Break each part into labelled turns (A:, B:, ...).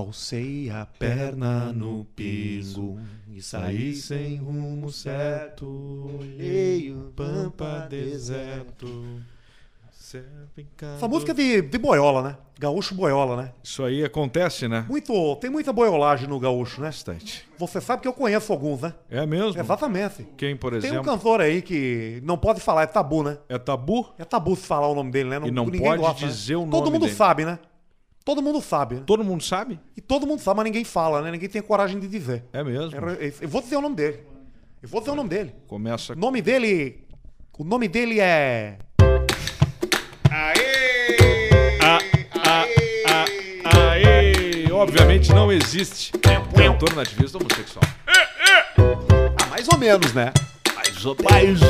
A: Alcei a perna no pingo e saí sem rumo certo. Olhei o pampa deserto.
B: Essa música é de, de boiola, né? Gaúcho boiola, né?
C: Isso aí acontece, né?
B: Muito, tem muita boiolagem no gaúcho, né?
C: Bastante.
B: Você sabe que eu conheço alguns, né?
C: É mesmo?
B: Exatamente.
C: Quem, por
B: Tem um
C: exemplo,
B: cantor aí que não pode falar, é tabu, né?
C: é tabu?
B: É tabu se falar o nome dele, né?
C: E não
B: ninguém
C: pode
B: gosta, né?
C: dizer o nome
B: Todo mundo
C: dele.
B: sabe, né? Todo mundo sabe. né?
C: Todo mundo sabe?
B: E todo mundo sabe, mas ninguém fala, né? Ninguém tem coragem de dizer.
C: É mesmo.
B: Era- Eu vou dizer o nome dele. Eu vou dizer o nome dele.
C: Começa
B: O nome dele. O nome dele é.
C: Aê! Obviamente não existe cantor nativista homossexual.
B: Ah, mais ou menos, né?
D: Mais ou menos,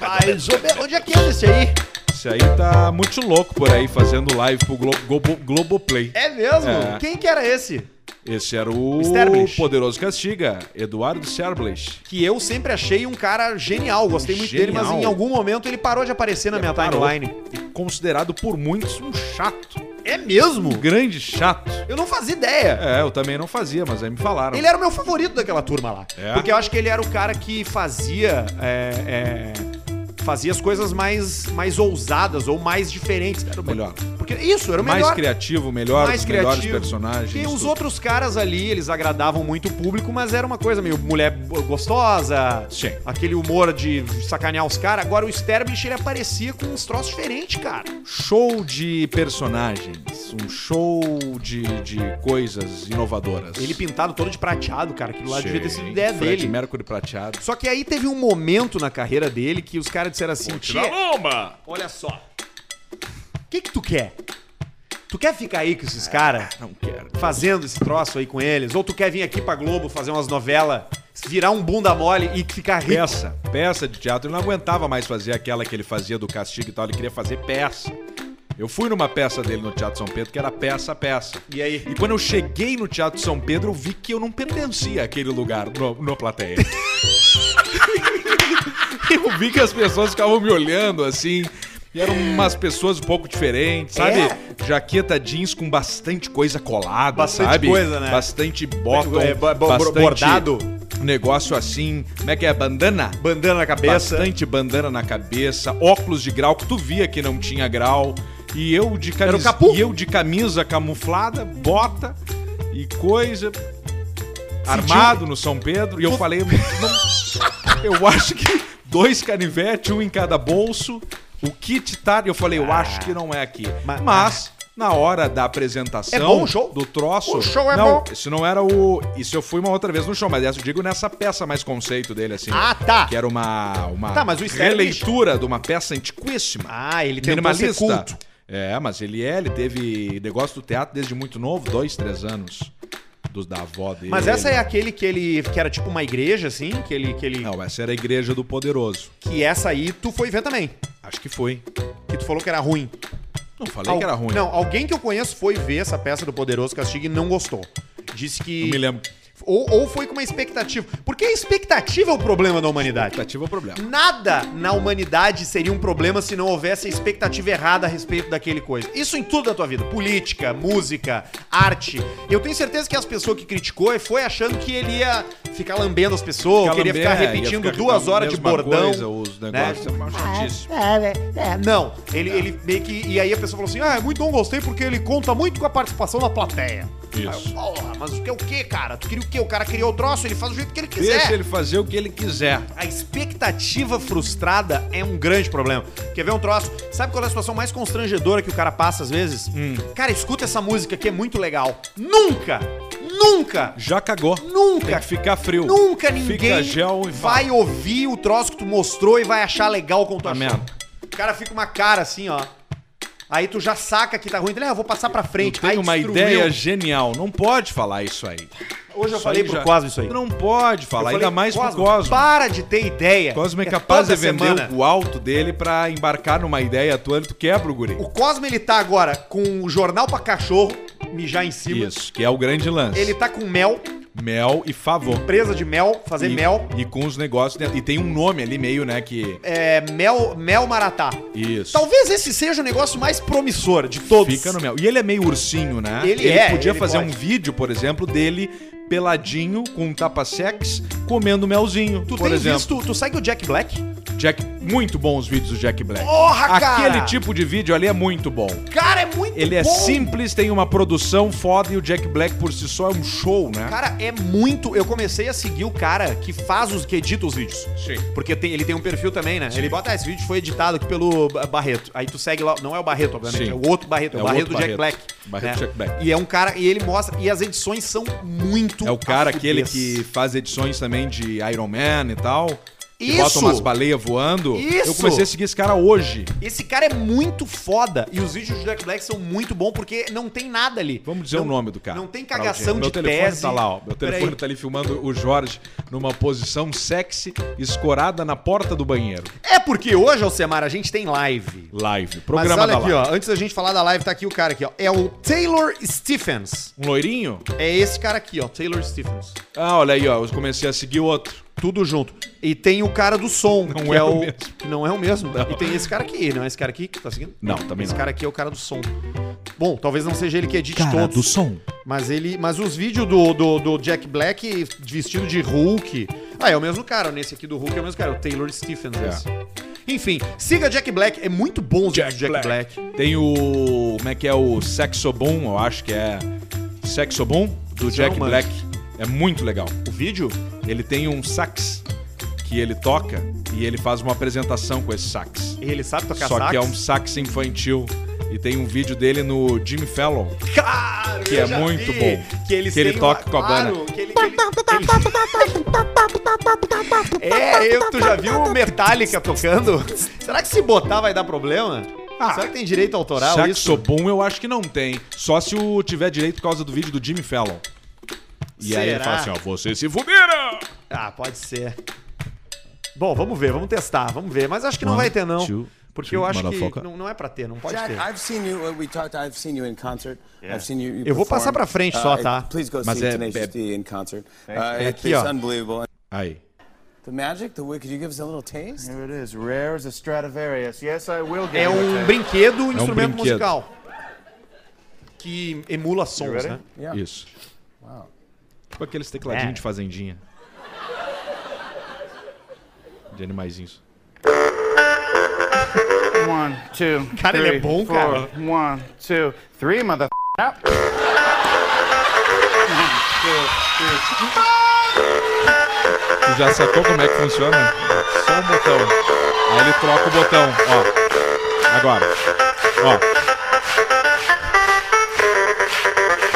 D: mais ou menos. Onde é que é esse aí?
C: Esse aí tá muito louco por aí fazendo live pro Glo Globo Globoplay.
D: É mesmo?
C: É.
D: Quem que era esse?
C: Esse era o
D: Sterblich.
C: Poderoso Castiga, Eduardo Sterblich.
D: Que eu sempre achei um cara genial, gostei muito dele, mas
C: Genial.
D: em algum momento ele parou de aparecer na minha
C: parou.
D: timeline.
C: Considerado por muitos um chato.
D: É mesmo?
C: Um grande chato.
D: Eu não fazia ideia.
C: É, eu também não fazia, mas aí me falaram.
D: Ele era o meu favorito daquela turma lá.
C: É?
D: Porque eu acho que ele era o cara que fazia. é, é, fazia as coisas mais, mais ousadas ou mais diferentes. Era
C: o melhor.
D: Porque isso, era É o
C: mais
D: melhor.
C: criativo, melhor,
D: mais
C: os melhores
D: criativo.
C: personagens.
D: Porque os
C: tudo.
D: outros caras ali, eles agradavam muito o público, mas era uma coisa meio mulher gostosa.
C: Sim.
D: Aquele humor de sacanear os caras. Agora o Sterblich, ele aparecia com uns troços diferentes, cara.
C: Show de personagens, um show de, de coisas inovadoras.
D: Ele pintado todo de prateado, cara. Aquilo lá
C: Sim,
D: devia ter sido ideia
C: Fred
D: dele.
C: Mercury prateado.
D: Só que aí teve um momento na carreira dele que os caras disseram assim: "Tchê,
C: um-"
D: Olha só. O que que tu quer? Tu quer ficar aí com esses caras,
C: Não quero.
D: fazendo esse troço aí com eles? Ou tu quer vir aqui pra Globo fazer umas novelas, virar um bunda mole e ficar rico?
C: Peça, peça de teatro. Ele não aguentava mais fazer aquela que ele fazia do castigo e tal. Ele queria fazer peça. Eu fui numa peça dele no Teatro São Pedro que era peça, peça.
D: E aí?
C: E quando eu cheguei no Teatro São Pedro, eu vi que eu não pertencia àquele lugar no, no plateia. eu vi que as pessoas ficavam me olhando assim. E eram umas pessoas um pouco diferentes, sabe? Jaqueta jeans com bastante coisa colada,
D: É? Bastante
C: sabe?
D: coisa, né?
C: Bastante bottom,
D: É, bo- bo-
C: bastante
D: bordado.
C: negócio assim, como é que é? Bandana?
D: Bandana na cabeça.
C: Bastante bandana na cabeça, óculos de grau que tu via que não tinha grau. E eu de camisa,
D: o Capu.
C: e eu de camisa camuflada, bota e coisa armado no São Pedro e eu falei, "Não, eu acho que dois canivetes, um em cada bolso, o kit tá, eu falei, eu acho que não é aqui.
D: Ah, ma-
C: Mas na hora da apresentação
D: É bom o show?
C: do troço,
D: O show é
C: não,
D: bom.
C: isso não era o. Isso eu fui uma outra vez no show, mas essa eu digo nessa peça mais conceito dele, assim.
D: Ah, tá.
C: Que era uma, uma
D: Tá, mas o Stereo
C: releitura de uma peça antiquíssima.
D: Ah, ele tentou ser
C: minimalista.
D: culto.
C: É, mas ele é, ele teve negócio do teatro desde muito novo, dois, três anos. Dos da avó dele.
D: Mas essa é aquele que ele que era tipo uma igreja assim, que ele que ele
C: Não, essa era a igreja do poderoso.
D: que essa aí tu foi ver também.
C: Acho que foi.
D: Que tu falou que era ruim.
C: Não falei que era ruim.
D: Não, alguém que eu conheço foi ver essa peça do Poderoso Castigo e não gostou. Disse que
C: Não me lembro.
D: Ou, ou foi com uma expectativa. Porque a expectativa é o problema da humanidade.
C: Expectativa é o problema.
D: Nada na humanidade seria um problema se não houvesse a expectativa errada a respeito daquele coisa. Isso em tudo da tua vida. Política, música, arte. Eu tenho certeza que as pessoas que criticou foi achando que ele ia ficar lambendo as pessoas,
C: Ficar
D: queria
C: lambendo,
D: ficar
C: é, ia
D: repetindo
C: ficar
D: duas
C: repetindo a
D: horas de
C: mesma
D: bordão. né?
C: coisa, os negócios. É uma chatice.
D: É, não. Ele, ele meio que. E aí a pessoa falou assim: ah, é muito bom, gostei, porque ele conta muito com a participação da plateia.
C: Isso.
D: Aí eu, Porra, mas o que é o quê, cara? Tu queria o quê? O cara queria o troço, ele faz do jeito que ele quiser.
C: Deixa ele fazer o que ele quiser.
D: A expectativa frustrada é um grande problema. Quer ver um troço? Sabe qual é a situação mais constrangedora que o cara passa às vezes? Cara, escuta essa música que é muito legal. Nunca! Nunca!
C: Já cagou.
D: Nunca!
C: Tem que ficar frio.
D: Nunca ninguém
C: Fica gel e
D: vai
C: fala.
D: ouvir o troço que tu mostrou e vai achar legal como tu
C: Tá
D: achou.
C: merda.
D: O cara fica uma cara assim, ó. Aí tu já saca que tá ruim. Ele, ah, eu vou passar pra frente.
C: Tu tem
D: Aí
C: uma
D: destruiu.
C: ideal genial. Não pode falar isso aí.
D: Hoje eu
C: Isso
D: falei
C: aí
D: pro
C: já-
D: Cosmo isso aí.
C: Tu Não pode falar,
D: Eu
C: ainda
D: falei,
C: mais pro
D: Cosmo,
C: Cosmo.
D: Para de ter ideia.
C: O Cosmo é capaz
D: toda
C: de vender
D: semana.
C: o alto dele pra embarcar numa ideia tua, ele tu quebra o guri.
D: O Cosmo, ele tá agora com o jornal pra cachorro, mijar em cima.
C: Isso, que é o grande lance.
D: Ele tá com mel.
C: Mel e Favô.
D: Empresa de mel, fazer
C: e,
D: mel.
C: E com os negócios dentro. E tem um nome ali meio, né, que...
D: É, mel, mel Maratá.
C: Isso.
D: Talvez esse seja o negócio mais promissor de todos.
C: Fica no mel. E ele é meio ursinho, né?
D: Ele é,
C: podia
D: ele
C: fazer
D: pode.
C: um vídeo, por exemplo, dele peladinho, com um tapa-sex, comendo melzinho,
D: Tu
C: por
D: tem
C: exemplo.
D: visto, tu segue o Jack Black?
C: Jack, muito bons os vídeos do Jack Black.
D: Porra, cara!
C: Aquele tipo de vídeo ali é muito bom.
D: Cara, é muito
C: Ele é
D: bom.
C: simples, tem uma produção foda e o Jack Black por si só é um show, né?
D: Cara, é muito. Eu comecei a seguir o cara que faz os que edita os vídeos.
C: Sim.
D: Porque tem- ele tem um perfil também, né? Ele bota, ah, esse vídeo foi editado aqui pelo Ba- Barreto. Aí tu segue lá, não é o Barreto, obviamente,
C: Sim.
D: é o outro Barreto, é
C: É
D: o
C: o
D: Barreto do
C: outro
D: Jack Black.
C: Barreto. Barreto
D: né?
C: Jack Black.
D: E é um cara, e ele mostra, e as edições são muito
C: É o cara
D: a
C: aquele
D: fudez.
C: que faz edições também de Iron Man e tal. Que
D: Isso!
C: bota umas baleias voando.
D: Isso!
C: Eu comecei a seguir esse cara hoje.
D: Esse cara é muito foda e os vídeos do Jack Black são muito bons porque não tem nada ali.
C: Vamos dizer
D: Não-
C: o nome do cara.
D: Não tem
C: pra audiência.
D: cagação de
C: Meu telefone
D: tese.
C: tá lá, ó. Meu telefone
D: Peraí.
C: tá ali filmando o Jorge numa posição sexy, escorada na porta do banheiro.
D: É porque hoje, Alcemar, a gente tem live.
C: Live. Programa
D: Mas
C: da
D: olha aqui,
C: live.
D: ó. Antes da gente falar da live, tá aqui o cara aqui, ó. É o Taylor Stephens.
C: Um loirinho?
D: É esse cara aqui, ó. Taylor Stephens.
C: Ah, olha aí, ó. Eu comecei a seguir outro.
D: Tudo junto. E tem o cara do som.
C: Não
D: que
C: é o mesmo.
D: Não é o mesmo. E tem esse cara aqui. Não é esse cara aqui que tá seguindo?
C: Não, também
D: Esse
C: não.
D: cara aqui é o cara do som. Bom, talvez não seja ele que edite todos.
C: som.
D: Mas ele. Mas os vídeos do, do, do Jack Black vestido de Hulk. Ah, é o mesmo cara. Nesse aqui do Hulk é o mesmo cara. É o Taylor Stephens.
C: É.
D: esse. Enfim, siga Jack Black. É muito bom os
C: Jack,
D: vídeos do Jack Black.
C: Tem o. Como é que é o Sexoboom, eu acho que é. Sexoboom do Jack
D: manjo.
C: Black. É muito legal.
D: O vídeo?
C: Ele tem um sax que ele toca e ele faz uma apresentação com esse sax.
D: Ele sabe tocar
C: Só
D: sax?
C: que é um sax infantil. E tem um vídeo dele no Jimmy Fallon.
D: Cara,
C: Que
D: eu
C: é
D: já
C: muito
D: vi
C: bom.
D: Que, eles
C: Que ele
D: têm
C: toca com a
D: claro,
C: banda.
D: que ele- que ele- É, eu, tu já viu o Metallica tocando? Será que se botar vai dar problema?
C: Ah,
D: Será que tem direito autoral isso?
C: Saxoboom eu acho que não tem. Só se o tiver direito por causa do vídeo do Jimmy Fallon. E aí ele
D: Será?
C: fala assim, ó, vocês se fuderam!
D: Ah, pode ser. Bom, vamos ver, vamos testar, vamos ver. Mas acho que não
C: One,
D: vai ter, não.
C: two,
D: porque
C: three,
D: eu acho que
C: motherfucker.
D: não, não é pra ter, não pode
E: Jack,
D: ter.
E: I've seen you. uh, We talked. I've seen you in concert. I've seen you. you
D: Eu vou
E: perform.
D: passar pra frente só,
E: Uh,
D: tá?
E: Please go
C: Mas
E: see
C: é-
E: Tenacious
C: é-
E: D in concert. Uh,
D: Aqui,
E: it's
D: ó.
E: unbelievable.
C: Aí.
E: The magic, the way. Could you give us a little taste?
F: Here it is, rare as a Stradivarius. Yes, I will
D: É
F: give you a
D: um
F: taste.
D: brinquedo, um instrumento
C: É brinquedo.
D: musical. Que emula sons,
F: ready?
D: né?
E: Yeah.
C: Isso. Tipo aqueles tecladinhos
D: É.
C: de fazendinha. De animaizinhos.
F: One, two,
D: Cara, ele é
F: three,
D: bom,
F: four.
D: cara.
F: One, two, three, mother. Up. One, two, three.
C: Tu já sacou como é que funciona? Só um botão. Aí ele troca o botão, ó. Agora. Ó.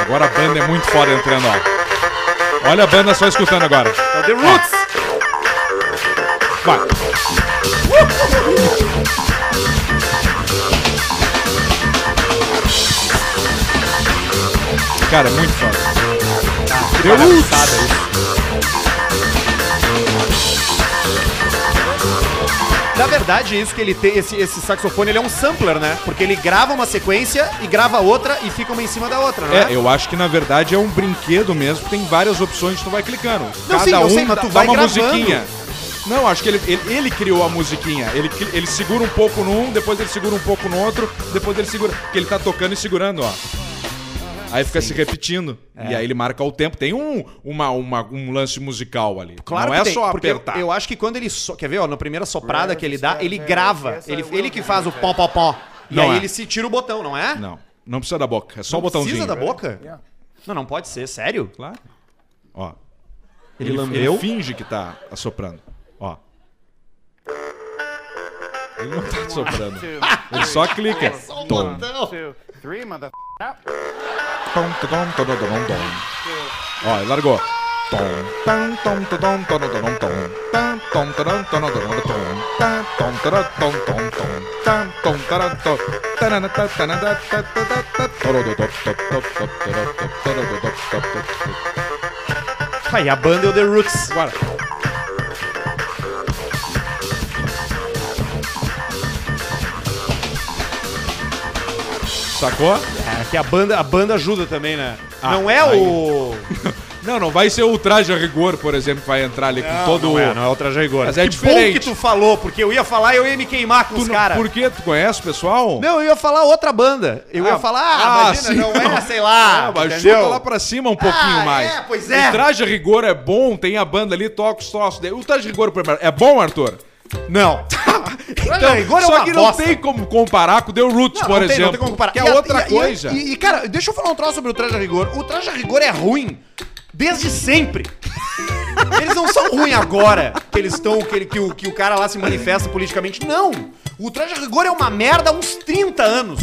C: Agora a banda é muito foda entrando, ó. Olha a banda só escutando agora.
D: É o The Roots!
C: Vai. Cara, é muito foda. Deu
D: Na verdade, isso que ele tem, esse, esse saxofone, ele é um sampler, né? Porque ele grava uma sequência e grava outra e fica uma em cima da outra, não é?
C: É, eu acho que na verdade é um brinquedo mesmo, tem várias opções que tu vai clicando. Cada
D: sim, eu
C: um
D: sei, mas tu
C: dá
D: vai
C: uma
D: gravando.
C: musiquinha. Não, acho que ele, ele, ele criou a musiquinha. Ele, cri- ele segura um pouco num, depois ele segura um pouco no outro, depois ele segura. Porque ele tá tocando e segurando, ó. Aí fica se repetindo.
D: É.
C: E aí ele marca o tempo. Tem um, uma, uma- um lance musical ali. não é
D: que tem,
C: só
D: porque eu-
C: apertar.
D: Eu acho que quando ele. So... Quer ver, ó? Na primeira soprada que ele dá, ele grava. Ele, ele que faz o pó, pó, pó. E
C: Não
D: aí
C: é.
D: ele se tira o botão, não é?
C: Não, não precisa da boca. É só o botãozinho.
D: Precisa da boca?
E: Yeah.
D: Não, não pode ser, sério?
C: Claro. Ó.
D: Ele
C: Ele,
D: lambeu?
C: ele finge que tá assoprando. Ó. Ele não tá assoprando. Ele só clica. Tom,
D: um botão.
F: Two, three, mother. Up.
C: tom, todom, todododom, tom. Ó, ele largou. Tom, tam, tom, todom, todododom, tom. Tam, tom, todom, todododom, tom. Tam, tom, todom, tom, tom, tom. Tam, tom, todom, tom. Tanana, ta, tanada, ta, ta, ta, ta, torododop, top, top, top, torodop, torododop, top, top, top.
D: Aí a banda é o The Roots.
C: Agora. Sacou?
D: É, que a banda, a banda ajuda também, né?
C: Ah,
D: não é
C: aí.
D: o.
C: Não, não vai ser o traje a rigor, por exemplo, que vai entrar ali com todo
D: não é,
C: o.
D: não é o traje rigor.
C: Mas é
D: que bom
C: diferente.
D: que tu falou, porque eu ia falar e eu ia me queimar com
C: Tu
D: os
C: não-
D: caras.
C: Por quê? Tu conhece o pessoal?
D: Não, eu ia falar outra banda. Eu ia
C: Ah,
D: falar, ah,
C: ah, sim,
D: imagina, não, é,
C: não.
D: sei lá.
C: Ah, mas
D: entendeu?
C: chuta lá pra cima um pouquinho
D: Ah,
C: mais.
D: é, pois é.
C: O traje a rigor é bom, tem a banda ali, toca os troços dele. O traje a rigor, por exemplo, é bom, Arthur? Então,
D: Não. Traje a rigor é
C: só
D: uma
C: que não
D: bosta.
C: tem como comparar com o The Roots,
D: Não,
C: por
D: não tem-
C: exemplo.
D: não tem como comparar.
C: Que é
D: E a-
C: outra
D: e a- e a-
C: coisa.
D: E, e, cara, deixa eu falar um troço sobre o Traje a Rigor. O Traje a Rigor é ruim desde sempre. Eles não são ruins agora que eles estão, que, ele- que o, que o cara lá se manifesta politicamente. Não! O Traje a Rigor é uma merda há uns 30 anos.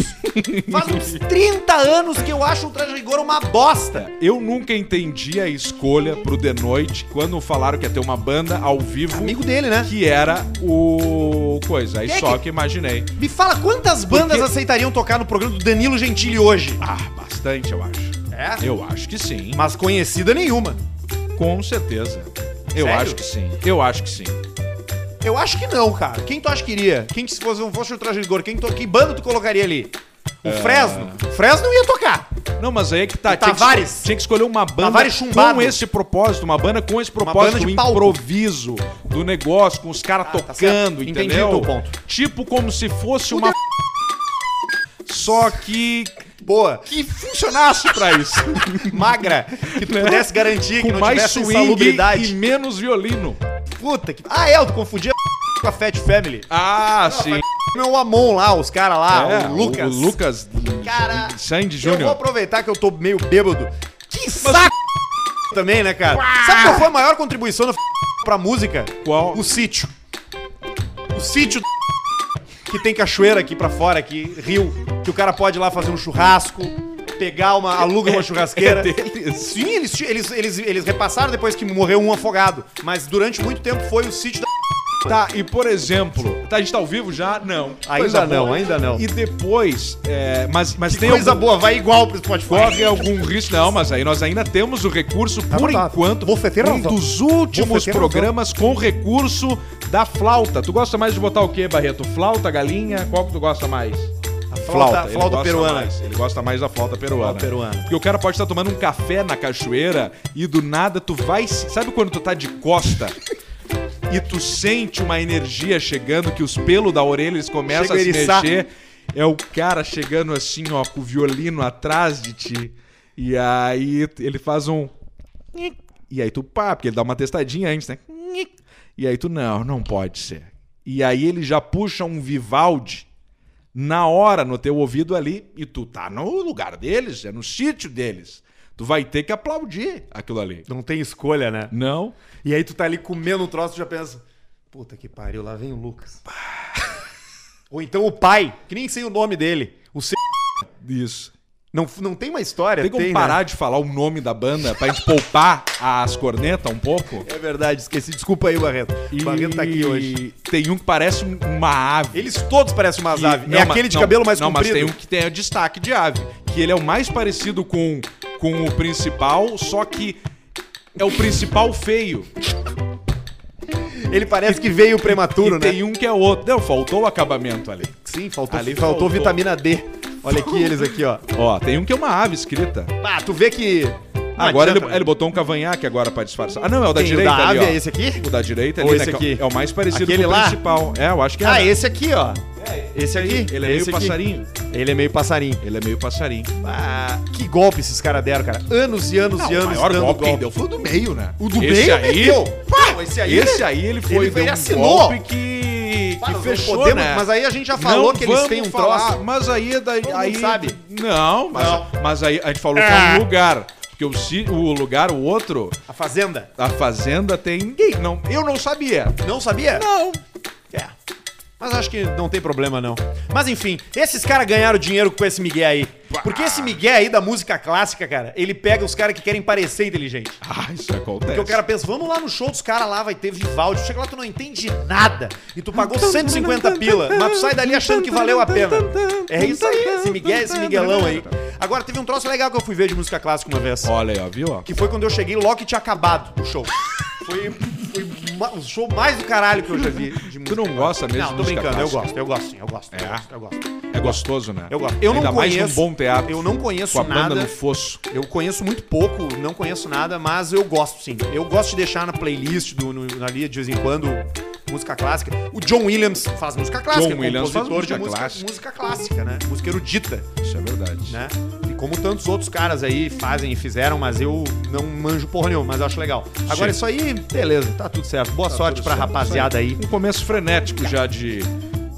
D: Faz uns 30 anos que eu acho o Traje a Rigor uma bosta.
C: Eu nunca entendi a escolha pro The Noite quando falaram que ia ter uma banda ao vivo
D: Amigo dele, né?
C: que era o coisa. Aí
D: Quem é
C: só
D: que-
C: que imaginei.
D: Me fala quantas bandas
C: Porque-
D: aceitariam tocar no programa do Danilo Gentili hoje?
C: Ah, bastante, eu acho.
D: É?
C: Eu acho que sim.
D: Mas conhecida nenhuma.
C: Com certeza. Eu
D: Sério?
C: acho que sim. Eu acho que sim.
D: Eu acho que não, cara. Quem tu acha que iria? Quem que se fosse, um, fosse o Traje de Rigor? Quem tu, que banda tu colocaria ali? O Fresno? O Fresno ia tocar.
C: Não, mas aí é que tá.
D: O
C: tinha que
D: Tavares.
C: escol- Tinha que escolher uma banda
D: Tavares chumbado.
C: com esse propósito, uma banda com esse propósito
D: banda
C: do
D: de palco.
C: improviso, do negócio, com os caras
D: Ah, tá
C: tocando,
D: certo. Entendi
C: entendeu?
D: o teu ponto.
C: Tipo como se fosse uma... Só que...
D: Boa.
C: Que funcionasse pra isso.
D: Magra. Que tu pudesse garantir que
C: Né? com
D: não
C: mais
D: tivesse
C: swing e
D: insalubridade.
C: menos violino.
D: Puta que... Ah, é, eu confundi a com a Fat Family.
C: Ah, sim.
D: Não, o Amon lá, os caras lá,
C: É,
D: o Lucas.
C: O Lucas
D: Cara,
C: Sandy
D: eu vou
C: Júnior.
D: aproveitar que eu tô meio bêbado. Que saco também, né, cara? Sabe qual foi a maior contribuição do pra música?
C: Qual?
D: O sítio. O sítio que tem cachoeira aqui pra fora, aqui, rio, que o cara pode ir lá fazer um churrasco, pegar uma, aluga
C: É,
D: uma churrasqueira.
C: deles.
D: Sim, eles, ti- eles, eles, eles repassaram depois que morreu um afogado, mas durante muito tempo foi o sítio da...
C: Tá, e por exemplo, tá, a gente tá ao vivo já? Não.
D: Ainda não, ainda não.
C: E depois, é, mas, mas tem
D: Coisa
C: algum,
D: boa, vai igual pro Spotify.
C: corre algum risco? Não, mas aí nós ainda temos o recurso, por
B: verdade.
C: enquanto,
B: Você tem
C: um
B: razão.
C: dos últimos
B: Você tem
C: programas com recurso da flauta. Tu gosta mais de botar o quê, Barreto? Flauta, galinha? Qual que tu gosta mais? A
D: flauta,
C: ele
D: flauta
C: gosta
D: peruana.
C: mais, ele gosta mais da flauta peruana.
D: Flauta peruana.
C: Porque o cara pode estar tomando um café na cachoeira e do nada tu vai. se- Sabe quando tu tá de costa e tu sente uma energia chegando, que os pelos da orelha eles começam
D: Chega a
C: a se
D: eriçar.
C: mexer. É o cara chegando assim, ó, com o violino atrás de ti. E aí ele faz um. E aí tu pá, porque ele dá uma testadinha antes, né? E aí tu, não, não pode ser. E aí ele já puxa um Vivaldi na hora no teu ouvido ali e tu tá no lugar deles, é no sítio deles. Tu vai ter que aplaudir aquilo ali.
D: Não tem escolha, né?
C: Não?
D: E aí tu tá ali comendo um troço e já pensa, puta que pariu, lá vem o Lucas. Ou então o pai, que nem sei o nome dele. O C...
C: Isso.
D: não, não tem uma história,
C: Tem como
D: né?
C: parar de falar o nome da banda pra gente poupar as cornetas um pouco?
D: É verdade, esqueci. Desculpa aí, Barreto. O Barreto tá aqui hoje.
C: Tem um que parece um- uma ave.
D: Eles todos parecem umas
C: Que-
D: aves.
C: não,
D: é
C: mas-
D: aquele de
C: não,
D: cabelo mais
C: não,
D: comprido.
C: mas tem um que tem o destaque de ave. Que ele é o mais parecido com, com o principal, só que é o principal feio.
D: Ele parece que veio prematuro,
C: um- e
D: né?
C: tem um que é outro. Não, faltou o acabamento ali.
D: Sim, faltou,
C: Ali
D: faltou,
C: faltou.
D: vitamina D. Olha aqui eles aqui, ó.
C: Ó, tem um que é uma ave escrita.
D: Ah, tu vê que... Não
C: agora ele,
D: adianta, né?
C: ele botou um cavanhaque agora pra disfarçar. Ah, não, é o da
D: Tem o
C: direita
D: da
C: ali,
D: ave,
C: ó.
D: é esse aqui?
C: O da direita
D: Ou
C: ali, né,
D: esse
C: que
D: aqui?
C: É o mais parecido
D: Aquele
C: com o
D: lá?
C: principal. É, eu acho que é.
D: Ah, esse aqui, ó. Esse aqui.
C: Ele é meio
D: Esse aqui.
C: passarinho.
D: Ele é meio passarinho.
C: Ele é meio passarinho.
D: Ah, que golpe esses caras deram, cara. Anos e anos e
C: o
D: anos
C: maior
D: dando
C: golpe que deu foi o do meio, né?
D: O do
C: esse
D: meio
C: aí,
D: meteu.
C: Pá!
D: Não,
C: esse aí, esse aí ele foi
D: ele-
C: deu
D: ele
C: um
D: assinou.
C: golpe que, que
D: Para, não
C: fechou,
D: podemos-
C: né?
D: mas aí a gente já falou que eles
C: vamos
D: têm um troço.
C: Mas aí, é da,
D: mundo
C: aí
D: sabe.
C: Não, mas,
D: Não.
C: mas aí a gente falou que é um lugar, porque o, si- o lugar, o outro,
D: A Fazenda.
C: a fazenda tem ninguém. Não, eu não sabia.
D: Não sabia?
C: Não.
D: É. Mas acho que não tem problema, não. Mas enfim, esses caras ganharam dinheiro com esse migué aí. Porque esse migué aí da música clássica, cara, ele pega os caras que querem parecer inteligente.
C: Ah, isso acontece.
D: Porque o cara pensa, vamos lá no show dos caras lá, vai ter Vivaldi. Chega lá, tu não entende nada. E tu pagou 150 pila, mas tu sai dali achando que valeu a pena. É isso aí, esse Miguel, esse Miguelão aí. Agora, teve um troço legal que eu fui ver de música clássica uma vez.
C: Olha aí, ó, viu? ó?
D: Que foi quando eu cheguei logo que tinha acabado o show. Foi, foi ma- o show mais do caralho que eu já vi de música.
C: não gosta mesmo
D: Não,
C: de
D: tô
C: música
D: brincando, eu
C: clássica?
D: gosto, eu gosto sim, eu gosto, eu
C: É?
D: gosto, eu gosto.
C: É gostoso, né?
B: Eu gosto. Eu
C: Ainda
B: não
C: mais
B: conheço-
C: num bom teatro.
B: eu não conheço
C: Com a banda
B: nada.
C: no fosso.
B: Eu conheço muito pouco, não conheço nada, mas eu gosto sim. Eu gosto de deixar na playlist do, no, ali de vez em quando música clássica. O John Williams faz música clássica,
C: John Williams faz
B: compositor de
C: música
B: música
C: clássica.
B: música clássica, né? Música erudita.
C: Isso é verdade.
B: né? E como tantos outros caras aí fazem e fizeram, mas eu não manjo porra nenhuma, mas eu acho legal. Agora
C: Sim.
B: isso aí, beleza, tá tudo certo. Boa sorte
C: tudo
B: pra
C: certo,
B: rapaziada aí.
C: Um começo frenético já de,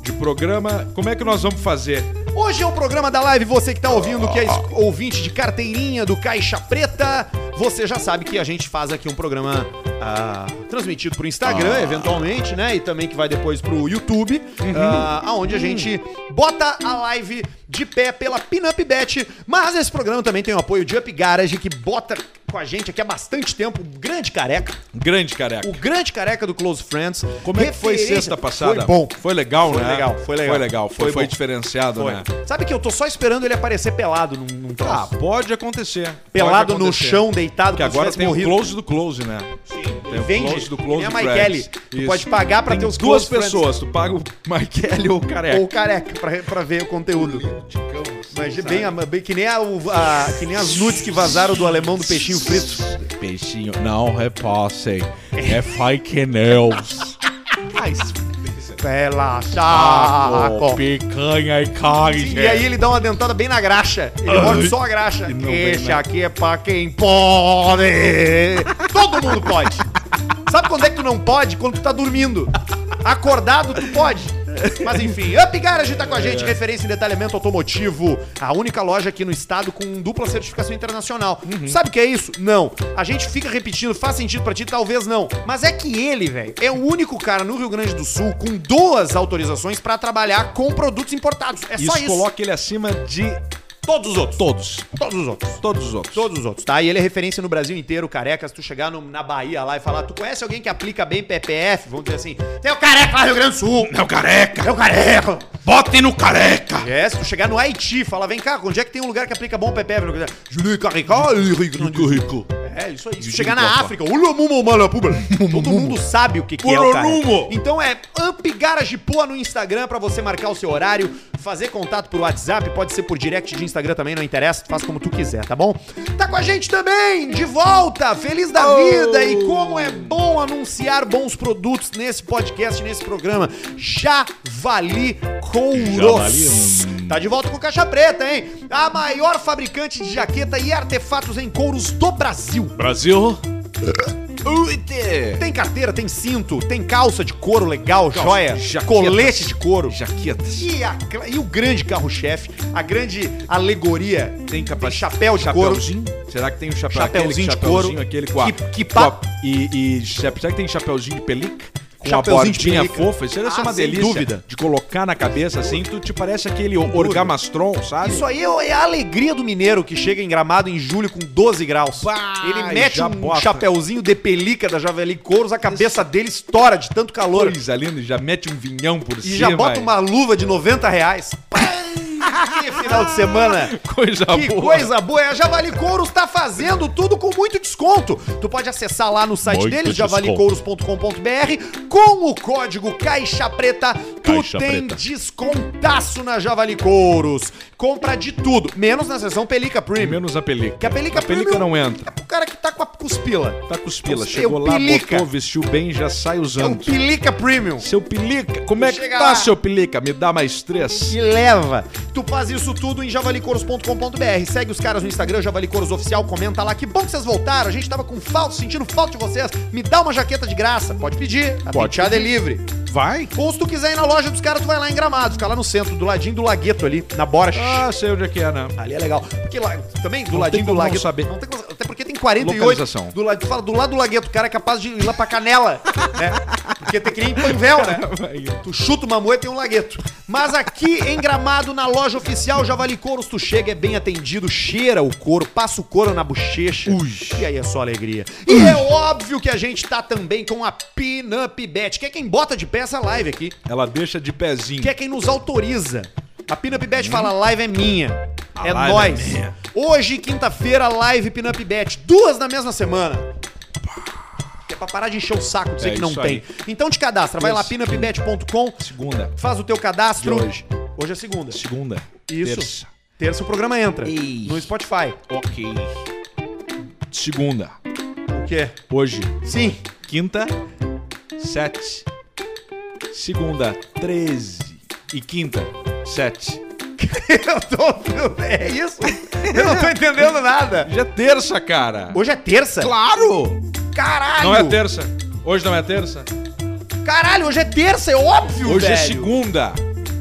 C: de programa. Como é que nós vamos fazer?
B: Hoje é o programa da live, você que tá ouvindo, que é es- ouvinte de carteirinha do Caixa Preta, você já sabe que a gente faz aqui um programa ah, transmitido pro Instagram,
C: Ah.
B: eventualmente, né? E também que vai depois pro YouTube,
C: Uhum.
B: ah, aonde a gente bota a live de pé pela Pinup Bet, mas esse programa também tem o apoio de Up Garage, que bota com a gente aqui há bastante tempo, o grande careca,
C: Grande careca.
B: o grande careca do Close Friends.
C: Como é que foi
B: Referência-
C: sexta passada?
B: Foi bom.
C: Foi legal,
B: Foi
C: né?
B: legal, foi legal.
C: Foi legal, foi,
B: Foi
C: foi,
B: bom.
C: diferenciado, né?
B: Sabe que eu tô só esperando ele aparecer pelado num, num troço.
C: Ah, pode acontecer.
B: pelado
C: Pode
B: no
C: acontecer.
B: chão, deitado,
C: Que
B: como se
C: agora
B: tivesse
C: tem um
B: morrido.
C: o close do close, né? Sim. Tem o
B: Vende.
C: close do close
B: É a
C: do
B: Michele.
C: Friends.
B: Tu
C: Isso.
B: pode pagar pra
C: Tem
B: ter os
C: duas
B: close friends.
C: pessoas. Tu paga o Michele ou o careca.
B: Ou careca, pra, pra ver o conteúdo. Imagina, bem, a- bem que, nem a- o- a- que nem as nudes que vazaram do alemão do peixinho frito.
C: Peixinho, não repassem. É fake news.
B: Pela
C: Taco,
B: chaco.
C: picanha e carne.
B: ah, E aí ele dá uma dentada bem na graxa. Ele morde só a graxa.
C: E não vem
B: Esse
C: nada.
B: aqui é pra quem pode. Todo mundo pode. Sabe quando é que tu não pode? Quando tu tá dormindo. Acordado, tu pode. Mas enfim, Up Garage tá com a
C: É.
B: gente, referência em detalhamento automotivo. A única loja aqui no estado com dupla certificação internacional.
C: Uhum.
B: Sabe o que é isso? Não. A gente fica repetindo, faz sentido pra ti? Talvez não. Mas é que ele, velho, é o único cara no Rio Grande do Sul com duas autorizações pra trabalhar com produtos importados. É
C: isso,
B: só isso.
C: coloca ele acima de
B: Todos os outros.
C: todos.
B: Todos os outros.
C: Todos os outros.
B: Todos os outros, tá? E ele é referência no Brasil inteiro, careca. Se tu chegar no- na Bahia lá e falar, tu conhece alguém que aplica bem PPF? Vamos dizer assim, tem o careca lá no Rio Grande do Sul.
C: É o careca.
B: É o careca.
C: Botem no careca.
B: É, se tu chegar no Haiti, falar, vem cá, onde é que tem um lugar que aplica bom PPF? Júlio Caricó, Rio Grande do Sul.
C: rico.
B: É, isso aí. Se chegar na África, Ulumu Malapuba. todo mundo sabe o que, que é o cara.
C: Ururumo.
B: Então é Amp Garage Poa no Instagram pra você marcar o seu horário, fazer contato por WhatsApp, pode ser por direct de Instagram também, não interessa, tu faz como tu quiser, tá bom? Tá com a gente também, de volta, feliz da vida e como é bom anunciar bons produtos nesse podcast, nesse programa. Javali Couros. Tá de volta com Caixa Preta, hein? A maior fabricante de jaqueta e artefatos em couros do Brasil.
C: Brasil. Uite.
B: Tem carteira, tem cinto, tem calça de couro legal, joia,
C: jaquetas.
B: colete de couro.
C: Jaquetas.
B: E, a cla- e o grande carro-chefe, a grande alegoria,
C: Tem capa-
B: tem chapéu de couro.
C: Chapeuzinho? Será que tem o chapéu
B: Chapeuzinho
C: aquele
B: de couro.
C: chapeuzinho, aquele com a,
B: Que- que
C: com a-
B: pa-
C: e, e será que tem chapeuzinho de pelica? Com uma
B: Chapeuzinho de
C: bordinha
B: pelica.
C: fofa. Isso deve ser
B: Ah,
C: uma
B: sem
C: delícia
B: dúvida.
C: de colocar na cabeça assim. Tu te parece aquele orgamastron, sabe?
B: Isso aí é a alegria do mineiro que chega em Gramado em julho com 12 graus.
C: Pá,
B: Ele
C: e
B: mete
C: já
B: um
C: bota.
B: chapeuzinho de pelica da Javeli Couros, a cabeça dele estoura de tanto calor.
C: Coisa linda, já mete um vinhão por
B: e
C: cima.
B: já bota
C: aí.
B: uma luva de 90 reais. que final de semana!
C: coisa
B: que
C: boa.
B: coisa boa! É a Javali Couros tá fazendo tudo com muito desconto. Tu pode acessar lá no site
G: Muito
B: deles,
G: desconto.
B: javalicouros.com.br, com o código Caixa Preta, tu
G: Caixa
B: tem
G: Preta.
B: descontaço na Javali Couros. Compra de tudo, menos na seção Pelica Premium.
C: Menos a pelica.
B: Que a pelica
C: pelica
B: premium-
C: não
B: É
C: entra.
B: pro cara que tá com a cuspila.
C: Tá com os pila.
B: Seu
C: Chegou lá,
B: Então, pelica.
C: botou, vestiu bem, já sai
B: É o
C: usando.
B: Pelica Premium.
C: Seu pelica, como é que
B: Chega
C: tá,
B: lá.
C: seu pelica? Me dá mais três.
B: te leva. Tu faz isso tudo em javalicouros.com.br. Segue os caras no Instagram, Javalicouros Oficial, comenta lá. Que bom que vocês voltaram. A gente tava com falta, sentindo falta de vocês. Me dá uma jaqueta de graça. Pode pedir. A
C: Pode
B: penteada é livre.
C: Vai.
B: Ou se tu quiser ir na loja dos caras, tu vai lá em Gramado. Fica lá no centro, do ladinho do lagueto ali, na bora.
C: Ah, sei onde é que é, né?
B: Ali é legal. Porque lá, também, do
C: Não
B: ladinho
C: tem
B: do
C: como não
B: lagueto.
C: saber.
B: Não tem como- até porque tem 48.
C: Localização.
B: Do, lado- fala, do lado do lagueto, o cara é capaz de ir lá pra canela. né? Porque tem que nem panvel, né? Tu chuta uma moeda e tem um lagueto. Mas aqui em Gramado, na loja oficial Javali Couros, tu chega, é bem atendido, cheira o couro, passa o couro na bochecha. E aí é só alegria. E é óbvio que a gente tá também com a Pinup Bet, que é quem bota de pé essa live aqui
C: Ela deixa de pezinho.
B: que é quem nos autoriza. A Pinup Bet fala, "A live é minha. é
C: live é
B: nós.
C: minha."
B: Hoje, quinta-feira, live Pinup Bet. Duas na mesma semana. Que é pra parar de encher o saco, dizer
C: É
B: que não
C: isso
B: tem.
C: aí.
B: Então te cadastra, vai lá, pinupbet.com,
C: Segunda.
B: faz o teu cadastro.
C: De hoje.
B: Hoje é segunda.
C: Segunda.
B: Isso.
C: Terça.
B: Terça o programa entra.
E: Ei.
B: No Spotify.
C: Ok. Segunda.
B: O quê?
C: Hoje.
B: Sim.
C: Quinta. Sete. Segunda. Treze. E quinta. Sete.
D: Eu tô... É isso? Eu não tô entendendo nada.
C: Já é terça, cara.
D: Hoje é terça?
C: Claro!
D: Caralho!
C: Não é terça. Hoje não é terça.
D: Caralho, hoje é terça, é óbvio,
C: Hoje é
D: velho.
C: segunda.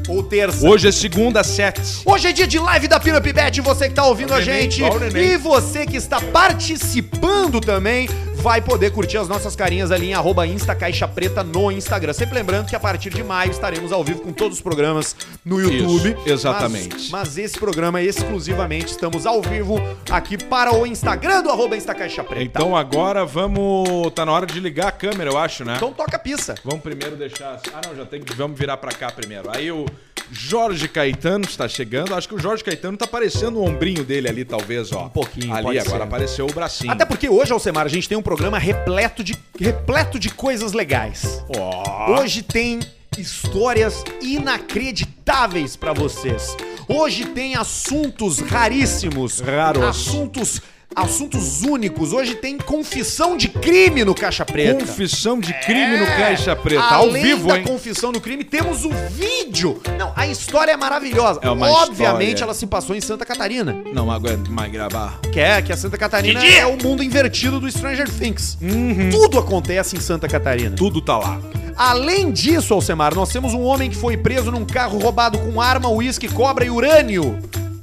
D: Ou terça.
C: Hoje é segunda, sete.
D: Hoje é dia de live da Pirapibet, você que tá ouvindo
C: Ó o
D: a
C: neném,
D: gente
C: ó o neném.
D: e você que está participando também vai poder curtir as nossas carinhas ali em arroba Insta Caixa Preta no Instagram. Sempre lembrando que a partir de maio estaremos ao vivo com todos os programas no YouTube.
C: Isso, exatamente.
D: Mas, mas esse programa é exclusivamente estamos ao vivo aqui para o Instagram do arroba Insta Caixa Preta.
C: Então agora vamos. Tá na hora de ligar a câmera, eu acho, né?
D: Então toca a pista.
C: Vamos primeiro deixar. Ah, não, já tem que. Vamos virar pra cá primeiro. Aí o Jorge Caetano está chegando. Acho que o Jorge Caetano tá aparecendo o ombrinho dele ali, talvez, ó. Um
D: pouquinho,
C: Ali
D: pode
C: agora
D: ser.
C: apareceu o bracinho.
D: Até porque hoje, Alcemar, a gente tem um programa repleto de, repleto de coisas legais.
C: Ó.
D: Hoje tem histórias inacreditáveis pra vocês. Hoje tem assuntos raríssimos,
C: Raros.
D: assuntos assuntos únicos. Hoje tem confissão de crime no Caixa Preta. É,
C: Confissão de crime no Caixa Preta. ao
D: Além
C: vivo,
D: da
C: hein?
D: confissão do crime, temos o vídeo. Não, a história é maravilhosa.
C: É uma
D: Obviamente
C: história.
D: ela se passou em Santa Catarina.
C: Não aguento mais gravar.
D: Que é que a Santa Catarina é o mundo invertido do Stranger Things.
C: Uhum.
D: Tudo acontece em Santa Catarina.
C: Tudo tá lá.
D: Além disso, Alcemar, nós temos um homem que foi preso num carro roubado com arma, uísque, cobra e urânio.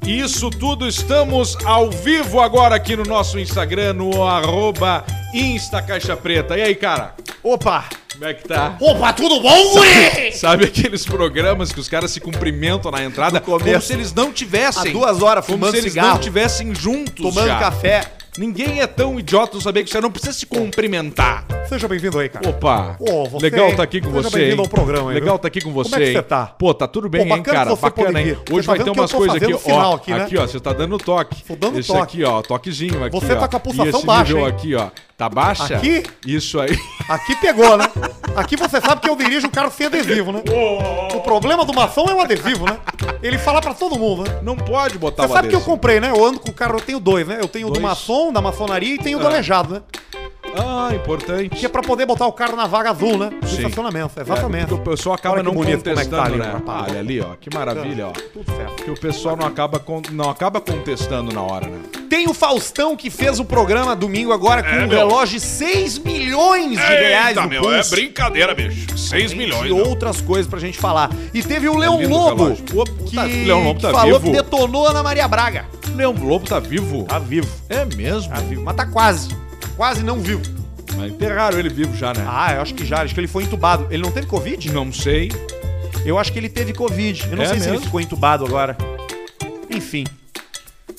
C: Isso tudo estamos ao vivo agora aqui no nosso Instagram, no arroba Insta Caixa Preta. E aí, cara?
D: Opa!
C: Como é que tá?
D: Opa, tudo bom, guri?
C: Sabe aqueles programas que os caras se cumprimentam na entrada como
D: começo.
C: se eles não tivessem?
D: Há duas horas
C: como
D: fumando
C: se eles
D: cigarro.
C: não tivessem juntos
D: Tomando
C: já.
D: café.
C: Ninguém é tão idiota de saber que você não precisa se cumprimentar.
B: Seja bem-vindo aí, cara.
C: Opa,
B: Ô, você,
C: legal
B: hein?
C: tá aqui com
B: Seja
C: você.
B: bem-vindo ao
C: hein?
B: programa, hein,
C: Legal
B: viu?
C: tá aqui com
B: Como
C: você.
B: é que você
C: hein?
B: tá?
C: Pô, tá tudo bem,
B: Pô,
C: hein,
B: bacana
C: cara?
B: que você
C: Bacana,
B: poder
C: hein?
B: vir. Você
C: Hoje
B: tá
C: vai
B: vendo
C: ter
B: que eu
C: umas
B: tô
C: coisas aqui,
B: fazendo
C: ó.
B: final aqui, né?
C: Aqui, ó, você tá dando toque.
B: Tô dando
C: Esse
B: toque.
C: aqui, ó, toquezinho aqui,
B: Você
C: ó.
B: tá com a pulsação
C: E esse
B: baixa,
C: nível
B: hein?
C: aqui, ó. Tá baixa?
B: Aqui?
C: Isso aí.
B: Aqui pegou, né? Aqui você sabe que eu dirijo um carro sem adesivo, né? O problema do maçom é o adesivo, né? Ele fala pra todo mundo, né?
C: Não pode
D: Tá
C: botar
B: Você
C: o
B: sabe que eu
C: adesivo.
B: comprei, né? Eu ando com o carro, eu tenho dois, né? Eu tenho o do
C: Dois.
B: maçom, da maçonaria e tenho o do
D: É.
C: Ah.
B: aleijado, né?
C: Ah, importante.
B: Que é pra poder botar o carro na vaga azul, né? Do
C: Sim.
B: estacionamento,
C: É,
B: exatamente.
C: porque o pessoal acaba
B: Olha que
C: não
B: bonito como é que
C: contestando,
B: tá ali
C: né?
B: o rapaz.
C: Olha ali, ó, que maravilha, ó.
B: Tudo certo.
C: Que o pessoal não acaba, con- não acaba contestando na hora, né?
D: Tem o Faustão que fez o programa domingo agora
B: É,
D: com um relógio de 6 milhões de reais no meu, É brincadeira, bicho. 6
B: é
D: milhões. E outras coisas pra gente falar. E teve o Leão
C: lindo o
D: Lobo,
C: relógio.
D: que,
C: tá- Leão Lobo
D: que
C: tá
D: falou
C: vivo?
D: que detonou Ana Maria Braga.
C: Leão Lobo tá vivo?
D: Tá vivo,
C: É mesmo?
D: tá vivo. Mas tá quase. Quase não vivo.
C: Mas enterraram ele vivo já, né?
D: Ah, eu acho que já. Acho que ele foi entubado. Ele não teve Covid?
C: Não sei.
D: Eu acho que ele teve Covid. Eu não
C: É
D: sei se ele
C: mesmo?
D: ficou entubado agora. Enfim.